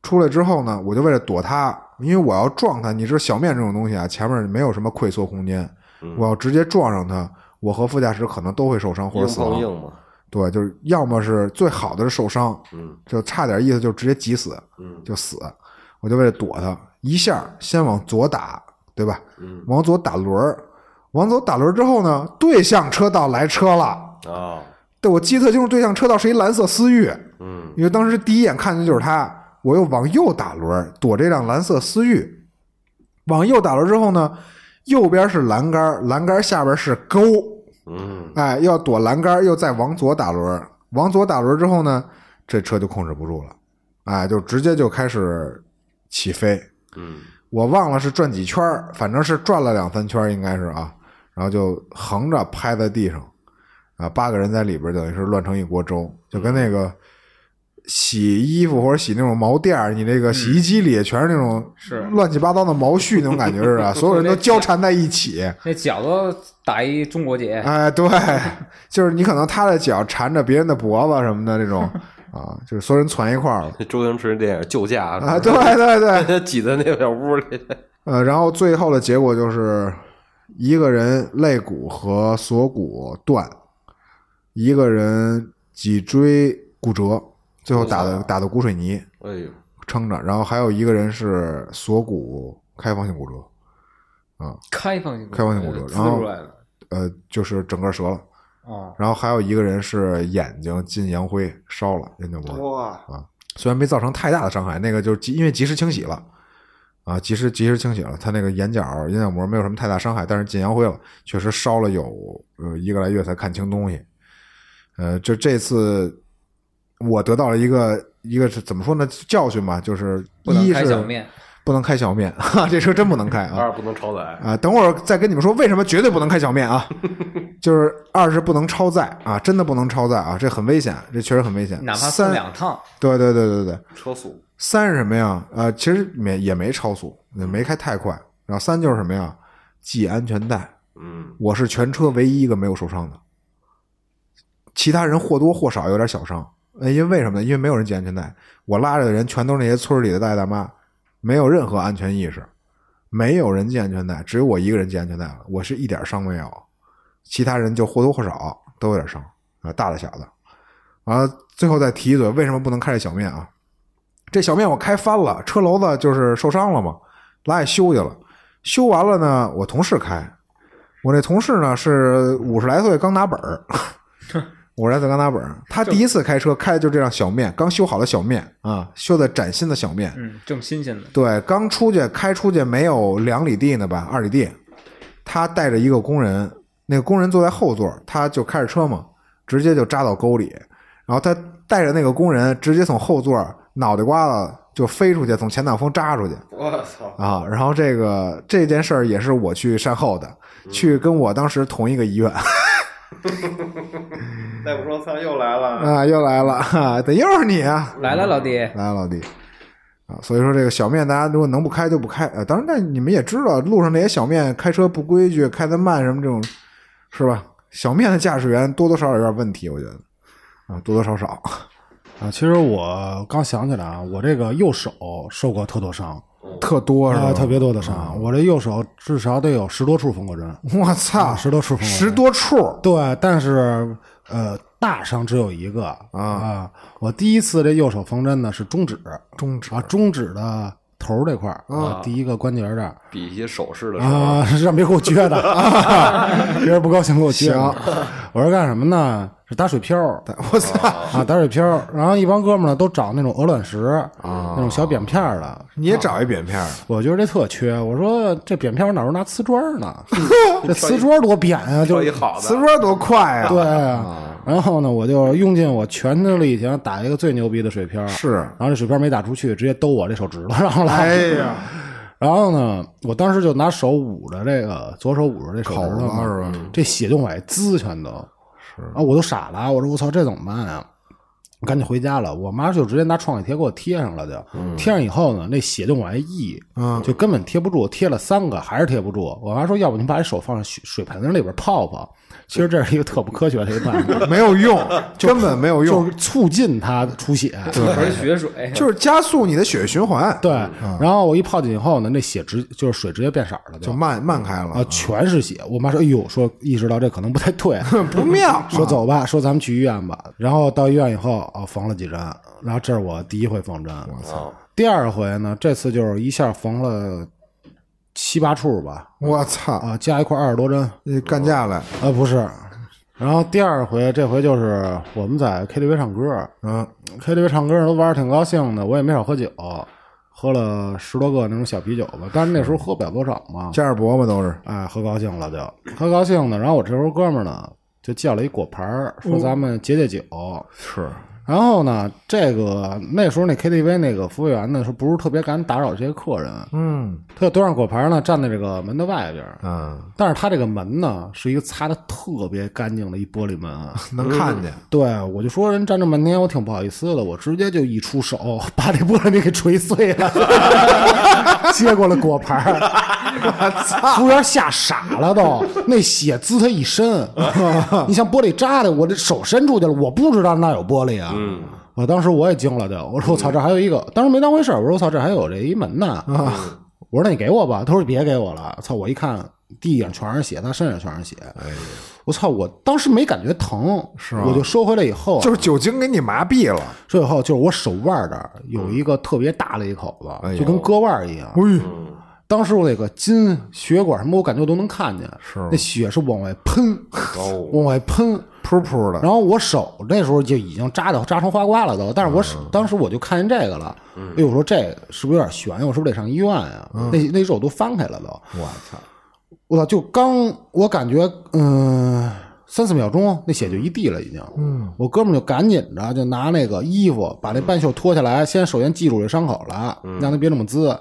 出来之后呢，我就为了躲他，因为我要撞他，你知道小面这种东西啊，前面没有什么溃缩空间，
嗯
我要直接撞上他，我和副驾驶可能都会受伤或
硬
者死
碰
亡。
硬嘛，
对，就是要么是最好的是受伤，
嗯
就差点意思就直接急死，
嗯
就死。我就为了躲他，一下先往左打，对吧？
嗯
往左打轮儿，往左打轮儿之后呢，对向车道来车了。
啊，
对，我记得特清楚，对向车道是一蓝色思域，
嗯
因为当时第一眼看见就是它，我又往右打轮儿躲这辆蓝色思域。往右打轮儿之后呢，右边是栏杆儿，栏杆儿下边是沟，
嗯
哎，要躲栏杆儿，又再往左打轮儿，往左打轮儿之后呢，这车就控制不住了，哎，就直接就开始起飞。
嗯
我忘了是转几圈儿，反正是转了两三圈，应该是啊，然后就横着拍在地上，啊，八个人在里边儿等于是乱成一锅粥，就跟那个洗衣服或者洗那种毛垫儿，你那个洗衣机里全是那种
是
乱七八糟的毛絮那种感觉似的，所有人都交缠在一起。
那脚都打一中国结，
哎，对，就是你可能他的脚缠着别人的脖子什么的这种啊，就是所有人攒一块儿了
那周星驰电影救驾
啊，对对对，
他 挤在那小屋里，
呃，然后最后的结果就是一个人肋骨和锁骨断，一个人脊椎骨折，最后打的打的骨水泥
哎呦，
嗯撑着，然后还有一个人是锁骨开放性骨折，
开放性骨折
开放性骨折
就滋
然后
出来了。
呃，就是整个折了，
哦，
然后还有一个人是眼睛进洋灰烧了眼角膜。
哇，
虽然没造成太大的伤害，那个就是及因为及时清洗了，啊，及时及时清洗了，他那个眼角眼角膜没有什么太大伤害，但是进洋灰了，确实烧了有呃一个来月才看清东西，呃，就这次我得到了一个一个是怎么说呢教训吧，就是
不能
一
开
是
小面，
不能开小面， 哈哈这车真不能开啊，
二不能超载，
啊，等会儿再跟你们说为什么绝对不能开小面 啊，就是二是不能超载啊，真的不能超载啊，这很危险，这确实很危险。
哪怕送
三，
两趟，
对对对对对，
车速
三是什么呀？呃，其实没也没超速，也没开太快。然后三就是什么呀？系安全带。
嗯
我是全车唯一一个没有受伤的，其他人或多或少有点小伤。呃，因为为什么呢？因为没有人系安全带，我拉着的人全都是那些村里的大爷大妈，没有任何安全意识，没有人系安全带，只有我一个人系安全带了，我是一点伤没有，其他人就或多或少都有点伤啊，大的小的。完了，最后再提一嘴，为什么不能开这小面啊？这小面我开翻了，车篓子就是受伤了嘛，拉去修去了。修完了呢，我同事开，我那同事呢是五十来岁刚拿本儿，五十来岁刚拿本儿，他第一次开车开的就这辆小面，刚修好的小面啊，修的崭新的小面，
嗯，这么新鲜的，
对，刚出去开出去没有两里地呢吧，二里地，他带着一个工人，那个工人坐在后座，他就开着车嘛，直接就扎到沟里，然后他带着那个工人直接从后座脑袋瓜子就飞出去，从前挡风扎出去
我操！
啊！然后这个这件事儿也是我去善后的，去跟我当时同一个医院
再不说，操，又来了。
啊，又来了，哈、啊，得又是你啊！
来了老弟，
来老弟啊！所以说这个小面，大家如果能不开就不开。呃，当然，但你们也知道，路上那些小面开车不规矩，开的慢什么这种，是吧？小面的驾驶员多多少少有点问题，我觉得啊，多多少少
啊，其实我刚想起来啊，我这个右手受过特多伤，
特多是吧？
啊，特别多的伤。我这右手至少得有十多处缝过针，
我操，
啊十多处缝过针。
十多处
对，但是呃，大伤只有一个啊、我第一次这右手缝针呢是中指
中指
啊，中指的头儿这块儿啊，第一个关节儿这儿
比一些手势的时候，
啊，让别人给我撅的，啊别人不高兴给我撅的。我是干什么呢？是打水漂儿
我操！
啊，打水漂儿。然后一帮哥们儿呢都找那种鹅卵石那种小扁片儿的。
你也找一扁片儿
我觉得这特缺，我说这扁片儿哪儿哪儿拿瓷砖 儿呢？这瓷砖儿多扁啊！就
说一
是
好
瓷
的，
砖多快啊！
对啊。然后呢，我就用尽我全身力气，想打一个最牛逼的水漂儿。
是
然后这水漂儿没打出去，直接兜我这手指头上了。
哎呀，
然后呢，我当时就拿手捂着这个，左手捂着这手指
口
头嘛
子啊是吧
这血就往外滋，全都是啊，我都傻了，我说我操，这怎么办呀？我赶紧回家了，我妈就直接拿创可贴给我贴上了就，贴上以后呢，那血就往外溢，
嗯，
啊就根本贴不住，贴了三个还是贴不住。我妈说，要不你把这手放在水水盆子里边泡泡，其实这是一个特不科学的一个办法
没有 用，根本没有
就
用，
是促进它出血。
盆血水，
就是加速你的血液循环，
对，然后我一泡进以后呢，那血直就是水直接变色儿了，
嗯就慢慢开
啊，
了，
全是血。我妈说：“哎呦，说意识到这可能不太对，
不妙。
说走吧，说咱们去医院吧。”然后到医院以后，啊，缝了几针。然后这是我第一回缝针，我操！第二回呢，这次就是一下缝了七八处吧，
我操，
啊，加一块二十多针，
你干架来，
啊，不是。然后第二回，这回就是我们在 KTV 唱歌，
嗯，
KTV 唱歌都玩儿挺高兴的，我也没少喝酒，喝了十多个那种小啤酒吧，但是那时候喝不了多少嘛，
加点饽饽都是，
哎，喝高兴了就，喝高兴的。然后我这时候哥们儿呢，就叫了一果盘儿，
嗯
说咱们解解酒。
是
然后呢，这个那时候那 KTV 那个服务员呢，说不是特别敢打扰这些客人，
嗯
他就都让果盘儿呢站在这个门的外边儿。
嗯，
但是他这个门呢，是一个擦的特别干净的一玻璃门啊。
能看见，
对，我就说人站这么半天，我挺不好意思的，我直接就一出手 把这玻璃给锤碎了，接过了果盘儿，服务员吓傻了都，那血滋他 一身，你像玻璃渣的，我这手伸出去了，我不知道那有玻璃啊。
嗯
我当时我也惊了，就我说我操，这还有一个，当时没当回事儿，我说我操，这还有这一门呢。
嗯
我说那你给我吧，他说别给我了。操，我一看地上全是血，他身上全是血。
哎
我操！我当时没感觉疼，是、我就收回来以后，
啊
啊
就是酒精给你麻痹了，
收以后就是我手腕这儿
嗯
有一个特别大的一口子，
哎
就跟割腕儿一样。
嗯
当时我那个筋血管什么，我感觉我都能看见，是那血是往外喷，往外喷。
噗噗的，
然后我手那时候就已经扎的扎成花瓜了都，但是我手、
嗯
当时我就看见这个了，哎呦，我说这是不是有点悬？我是不是得上医院呀、那那手都翻开了都，
嗯我操，
我操！就刚我感觉，嗯、三四秒钟，那血就一地了，已经。嗯，我哥们儿就赶紧着就拿那个衣服把那半袖脱下来，先首先系住这伤口了，
嗯
让他别这么滋。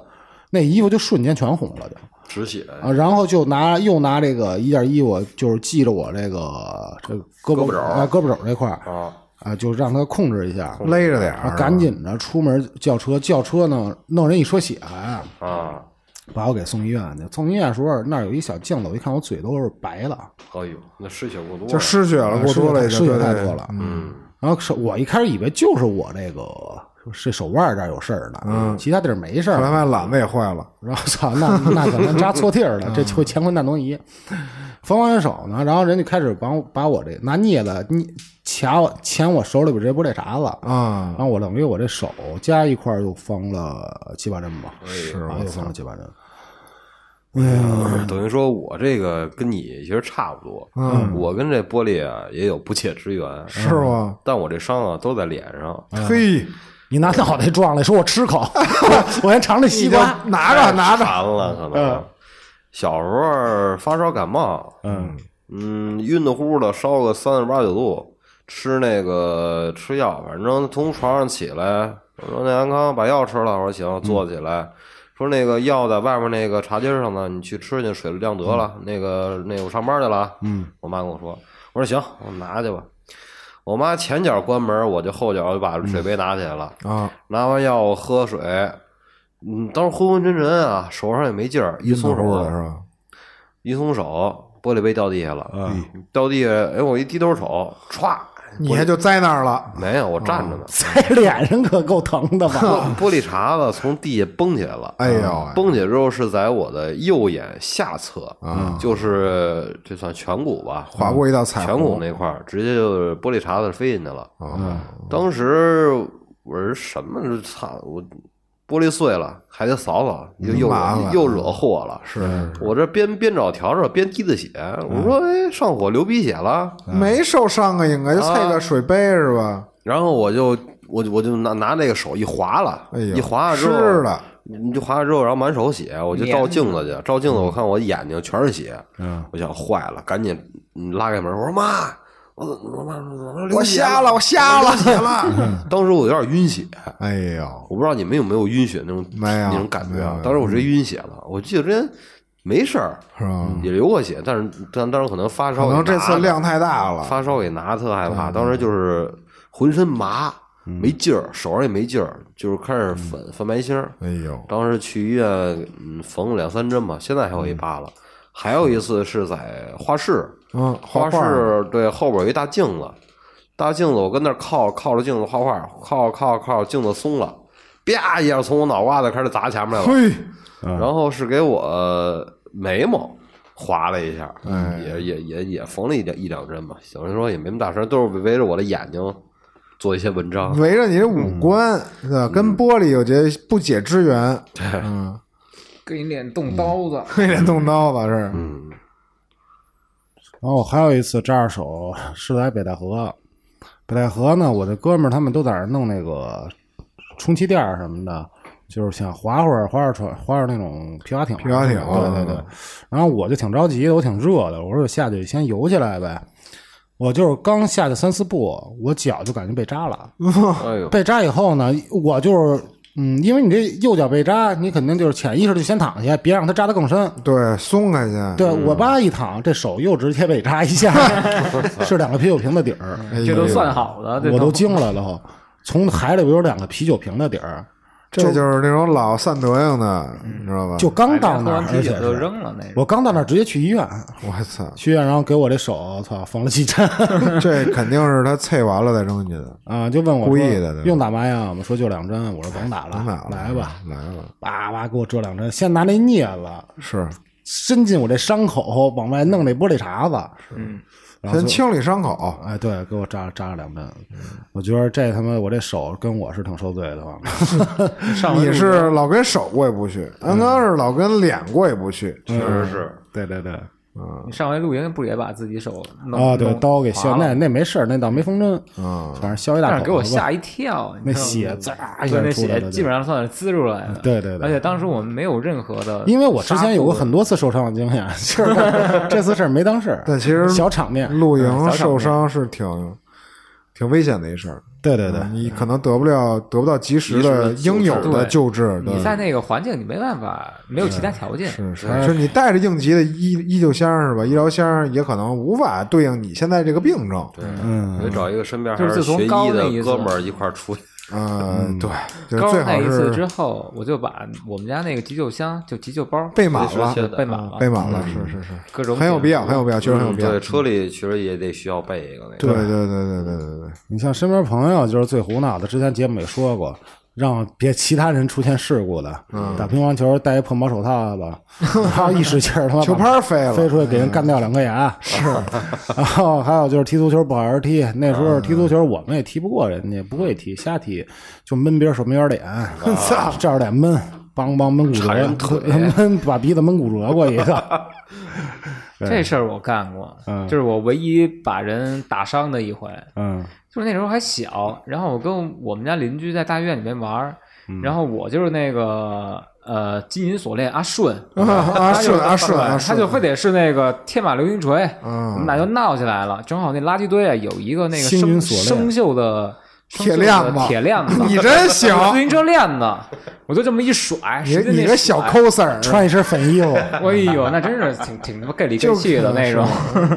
那衣服就瞬间全红了，就
止血，
啊，然后就拿又拿这个一件衣服，就是系着我这个这胳膊
胳膊肘儿
啊胳膊肘儿这块儿
啊
啊，就让他控制一下。
勒着点
啊，
儿，
赶紧着出门叫车，叫车呢弄人一车血还。
啊！
把我给送医院去。送医院的时候，那儿有一小镜子，我一看我嘴都是白了，
哎呦，那失血过多了，
就失血了，过多了，哎
失血太
对
多啊了。嗯，然后手我一开始以为就是我这个这手腕这儿有事儿呢，嗯，其他地儿没事
后来
儿。
发现懒子也坏了，
然后操，那那可能扎错地儿了，这就乾坤大挪移。缝完手呢，然后人就开始把我把我这拿镊子捏掐我钳我手里边这玻璃碴子
啊
然后我等于我这手加一块儿又缝了七八针吧，是
哎我
又缝了七八针。
嗯，等于说我这个跟你其实差不多，嗯，我跟这玻璃啊也有不解之缘，
是吗？哎
但我这伤啊都在脸上，
嘿，
你拿脑袋撞了，说我吃口，我先尝尝西
你就
瓜。
拿着拿着，
馋了可能。小时候发烧感冒，
嗯
嗯，晕的乎的，烧个三十八九度，吃那个吃药，反正从床上起来，我说那安康把药吃了，我说行，坐起
嗯
来，说那个药在外面那个茶几上呢，你去吃去，水了晾得了，那个那我上班去了啊，
嗯，
我妈跟我说，我说行，我拿去吧。我妈前脚关门，我就后脚就把水杯拿起来了。
啊，
拿完药我喝水，嗯，当时昏昏沉沉啊，手上也没劲儿，一松
晕
手
乎乎的是吧？
一松手，玻璃杯掉地下了，
嗯
掉地下，哎，我一低头瞅，歘，
你还就栽那儿了，
没有，我站着呢，
在脸上可够疼 的吧？
玻玻璃碴子从地下崩起来了，
嗯哎呦
崩起来之后是在我的右眼下侧，
啊
就是这算颧骨吧，
划过一道彩
颧骨
虹
那块儿，直接就是玻璃碴子飞进去了。
啊，
当时我是什么？操！我玻璃碎了，还得扫扫，又又
麻烦
又惹祸了。是我这边边找笤帚边滴的血，
嗯
我说哎，上火流鼻血了。
没受伤啊，应该就碎个水杯是吧？
然后我就我就我就拿拿那个手一划了，
哎呦，
一划了之
湿
后，
了，
你就划了之后，然后满手血，我就照镜子去，照镜子我看我眼睛全是血，
嗯，
我想坏了，赶紧嗯拉开门，我说妈，我我妈我
我瞎了，我瞎了，
血 了，嗯当时我有点晕血，
哎呦，
我不知道你们有没有晕血那种
没有
那种感觉
没
啊
有？
当时我直接晕血了，我记得之前没事儿，
是吧？
也流过血，但是但当时可能发
嗯可
烧给拿
能
的，
这次量太大了，
发烧给拿特害怕，当时就是浑身麻，
嗯
没劲儿，手上也没劲儿，就是开始泛泛白星儿。
哎呦，
当时去医院，嗯，缝了两三针吧，现在还有一疤了。还有一次是在画室，
嗯，
画
画画儿
室对后边有一大镜子，大镜子我跟那儿靠靠着镜子画画，靠靠靠镜子松了，啪一下从我脑瓜子开始砸前面来了，
嘿，
然后是给我呃眉毛划了一下，
哎
也也也也缝了一两一两针吧，等于说也没那么大声，都是围着我的眼睛做一些文章。
围着你这五官，对吧？跟玻璃有些不解之缘， 嗯，
给你脸动刀子，
黑脸动刀子是，
嗯，
然后我还有一次扎着手是在北戴河，北戴河呢，我的哥们儿他们都在那儿弄那个充气垫儿什么的，就是想划会儿划会儿船，划会儿那种皮划艇。皮
划艇嗯
对对对。然后我就挺着急的，我挺热的，我说我下去先游起来呗。我就是刚下去三四步，我脚就感觉被扎了。
嗯哦
哎呦，
被扎以后呢，我就是嗯，因为你这右脚被扎，你肯定就是潜意识就先躺下，别让它扎得更深。
对，松开去，
对我爸一躺，这手又直接被扎一 下，是两个啤酒瓶的底儿，
哎
这都算好
啊
的，这
我都惊了都。从海里边有两个啤酒瓶的底
啊
儿，
这就是那种老散德行的，你知道吧？
就刚到
喝
那
完
儿，而
啤
且
酒就是扔了那种。
我刚到那儿直接去医院，
我 操，
去医院然后给我这手，操，缝了 几针
这肯定是他啐完了再扔进去的，
啊，就问我
故
说
意的对吧
用打麻药吗，我说就两针，我说甭打了，
甭打了
啊
嗯
来吧，
来了，
叭叭给我这两针，先拿那镊子
是
伸进我这伤口，往外弄那玻璃碴子，
嗯，
然后
先
就
清理伤口，
哎，对，给我扎扎了两针，
嗯
我觉得这他妈我这手跟我是挺受罪的 吧，
上
你是老跟手过意不去，安刚是老跟脸过意不去，
确实是，
对对对，
你上回露营不也把自己手弄
啊对，
弄
刀给
划
削，
了
那那没事儿那倒没缝针，
嗯
反正削一大
但
口
是
子吧，
给我吓一跳，
那
你知道吗
血滋一下
对，那
出来
血
了，
基本上算是滋出来的。
对对对
而且当时我们没有任何的，
因为我之前有过很多次受伤的经验， 就是 这次事儿没当事儿，
但其实
小场面，
露营受伤是挺挺危险的一事儿，
对对对，
你可能得不了得不到及时的
及时的
应有的救治，
你
对
在那个环境，你没办法，没有其
嗯
他条件。
是是，就是你带着应急的医医救箱是吧？医疗箱也可能无法对应你现在这个病症，
嗯，
得找一个身边还
就是
是
自从
学医
高那一
的
次
哥们儿一块儿出去。
呃，对，就是
高
最
那
好
一次
是
之后，我就把我们家那个急救箱，就急救包
备满了
对备
嗯
满了，
备满了，是是是，
各种
很有必要，很有必要，确实很有
嗯
必要
对，。车里其实也得需要备一个那
对
个。
对对对对对对，
你像身边朋友就是最胡闹的，之前节目也说过，让别其他人出现事故的，
嗯
打乒乓球戴一破毛手 套子，然后一使劲儿他妈把
球拍儿飞了，
飞出去给人干掉两颗牙，是。 然后还有就是踢足球不好好踢，那时候踢足球我们也踢不过人家，不会踢，瞎踢，就闷别人手，没人脸，照着脸闷。梆梆闷骨折，
铲人腿
闷把鼻子闷骨折过一个。
这事儿我干过，就是我唯一把人打伤的一回，
嗯
就是那时候还小，然后我跟我们家邻居在大院里面玩儿，
嗯
然后我就是那个呃金银锁链阿顺，
阿啊
他就
顺阿顺阿
他就
顺，
非得是那个天马流星锤，
嗯
我们俩就闹起来了。正好那垃圾堆啊有一个那个
星云
生
锁
生
链
锈的
铁
生锈的
链子
铁 链子，
你真 行，
有自行车链子，我就这么一甩，
你
使劲
你
那
个小
甩，
抠丝儿，
穿一身粉衣服，
哎呦，那真是挺挺他妈 gay 里 gay
就是
气的那种。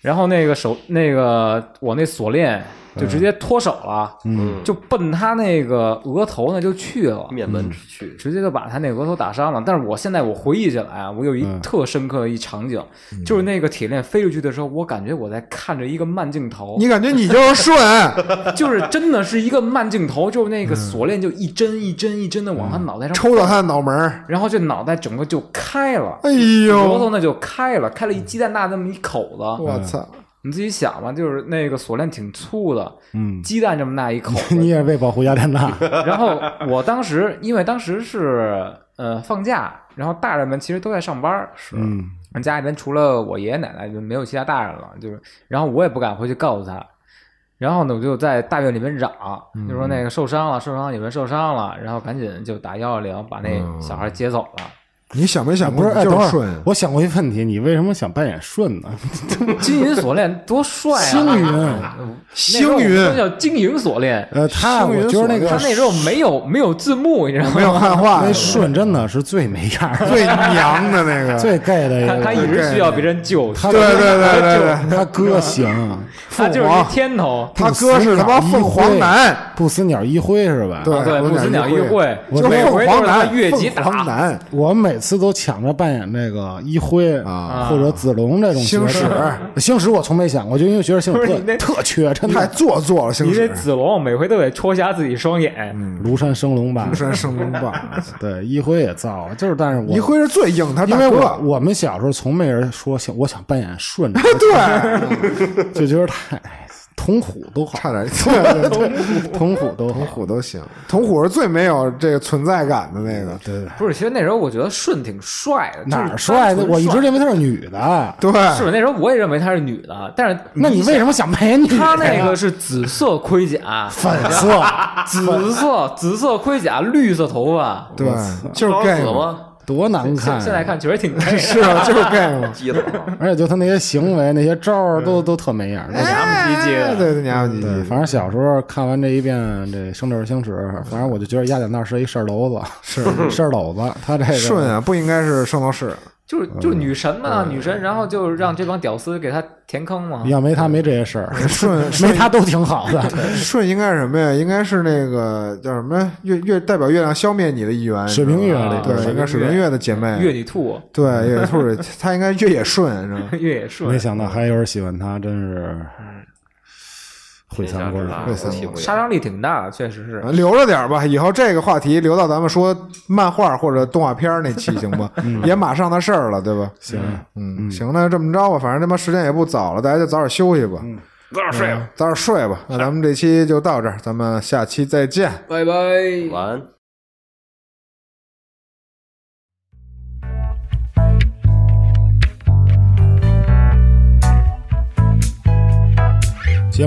然后那个手那个我那锁链就直接脱手了，
嗯，
就奔他那个额头呢就去了。
面
嗯
门去，
直接就把他那额头打伤了。但是我现在我回忆起来啊，我有一特深刻的一场景，就是那个铁链飞出去的时候，我感觉我在看着一个慢镜头，
你感觉你就是顺，
就是真的是一个慢镜头，就是那个锁链就一针一针一针的往他脑袋上，
抽到他的脑门儿，
然后这脑袋整个就开了，
哎
额头
呦，嗯
呢就开了，开了一鸡蛋大那么一口子。
嗯
我操！
你自己想吧，就是那个锁链挺粗的，
嗯，
鸡蛋这么大一口子，
你也为保护雅典娜，
然后我当时，因为当时是呃放假，然后大人们其实都在上班，是，
嗯
家里边除了我爷爷奶奶就没有其他大人了，就是，然后我也不敢回去告诉他，然后呢，我就在大院里面嚷，就说那个受伤了，受伤了有人受伤了，然后赶紧就打幺幺零把那小孩接走了。
你想没想
不
过
是？
你
哎，等
就
会
是
儿
顺，？
我想过一问题，你为什么想扮演舜呢？
金银锁链多帅啊！
星云
星云
那时候我们都叫金银锁链。
呃，他
星云
我觉得那
他
个
那时候没有没有字幕，你知道吗？
没有汉化
那，舜真的是最没样儿、
最娘的那个，
最 gay 的一
他
个，
他一直需要别人救，他
呃他
对对对对对，
他哥行，
他就是一天头。
他哥是他妈凤凰男，
不死鸟一辉是吧？
对
啊对，不死鸟
一
议会，
就是
每
凤
回都
凰
是他
男，
越级
凤凰
打，
男，
我每次都抢着扮演那个一辉
啊
或者子龙这种
星
角色
矢
星矢我从没想过，就因为觉得星
不
矢
是你
特
那
特缺，真
太
的。
做作了，星
你这
矢，
子龙每回都得戳瞎自己双眼，
嗯庐山升龙吧
庐，山升龙霸，
对，一辉也造了，就是但是我
一辉是最硬，他是
因
大
为我
哥，，
我们小时候从没人说想我想扮演顺
哎对，
就觉得太哎童虎 都好，
差点对对对
童虎都
童
好，
虎都行，童虎是最没有这个存在感的那个，对
不是？其实那时候我觉得舜挺帅的，
哪
就
儿
是单
帅
纯
的？我一直认为她是女的，
对，
是那时候我也认为她是女的，但是
那你为什么想扮演女的
她
呀？啊
那个是紫色盔甲，
粉色，
紫色紫色盔甲，绿色头发，
对，就是
高
gay
死
嘛，
吗？
多难
现
看！啊
现在看确实挺配 的。
是啊，就是 gay 嘛，
急死了，
而且就他那些行为、那些招儿
嗯
都都特没样儿。都
娘们唧唧
哎
的
对对，娘们唧
对，
唧，
反正小时候看完这一遍《这生者星矢》，反正我就觉得雅典娜是一事儿篓子，是 事儿篓子。他这个
顺啊，不应该是圣斗士，
就是就是
嗯
女神嘛，女神，然后就让这帮屌丝给她填坑嘛。
要没他没这些事儿，
顺
没他都挺好的。
顺应该是什么呀？应该是那个叫什么月月代表月亮消灭你的一员，
水瓶月里
啊
边
对，应该水瓶月的姐
哎
妹，
越女兔，
对越 野兔，她应该越野顺，是吧？
越野顺
没，想到还有人喜欢他，真是
嗯
毁三观。
会三国
杀伤力挺大的，确实是。
嗯
啊留着点儿吧，以后这个话题留到咱们说漫画或者动画片儿那期行 吗？也马上的事儿了，对吧？嗯行，嗯，行，那就这么着吧，反正他妈时间也不早了，大家就早点休息吧，
多少岁？
嗯早点睡吧。那咱们这期就到这儿，咱们下期再见。
拜拜。
晚安。
节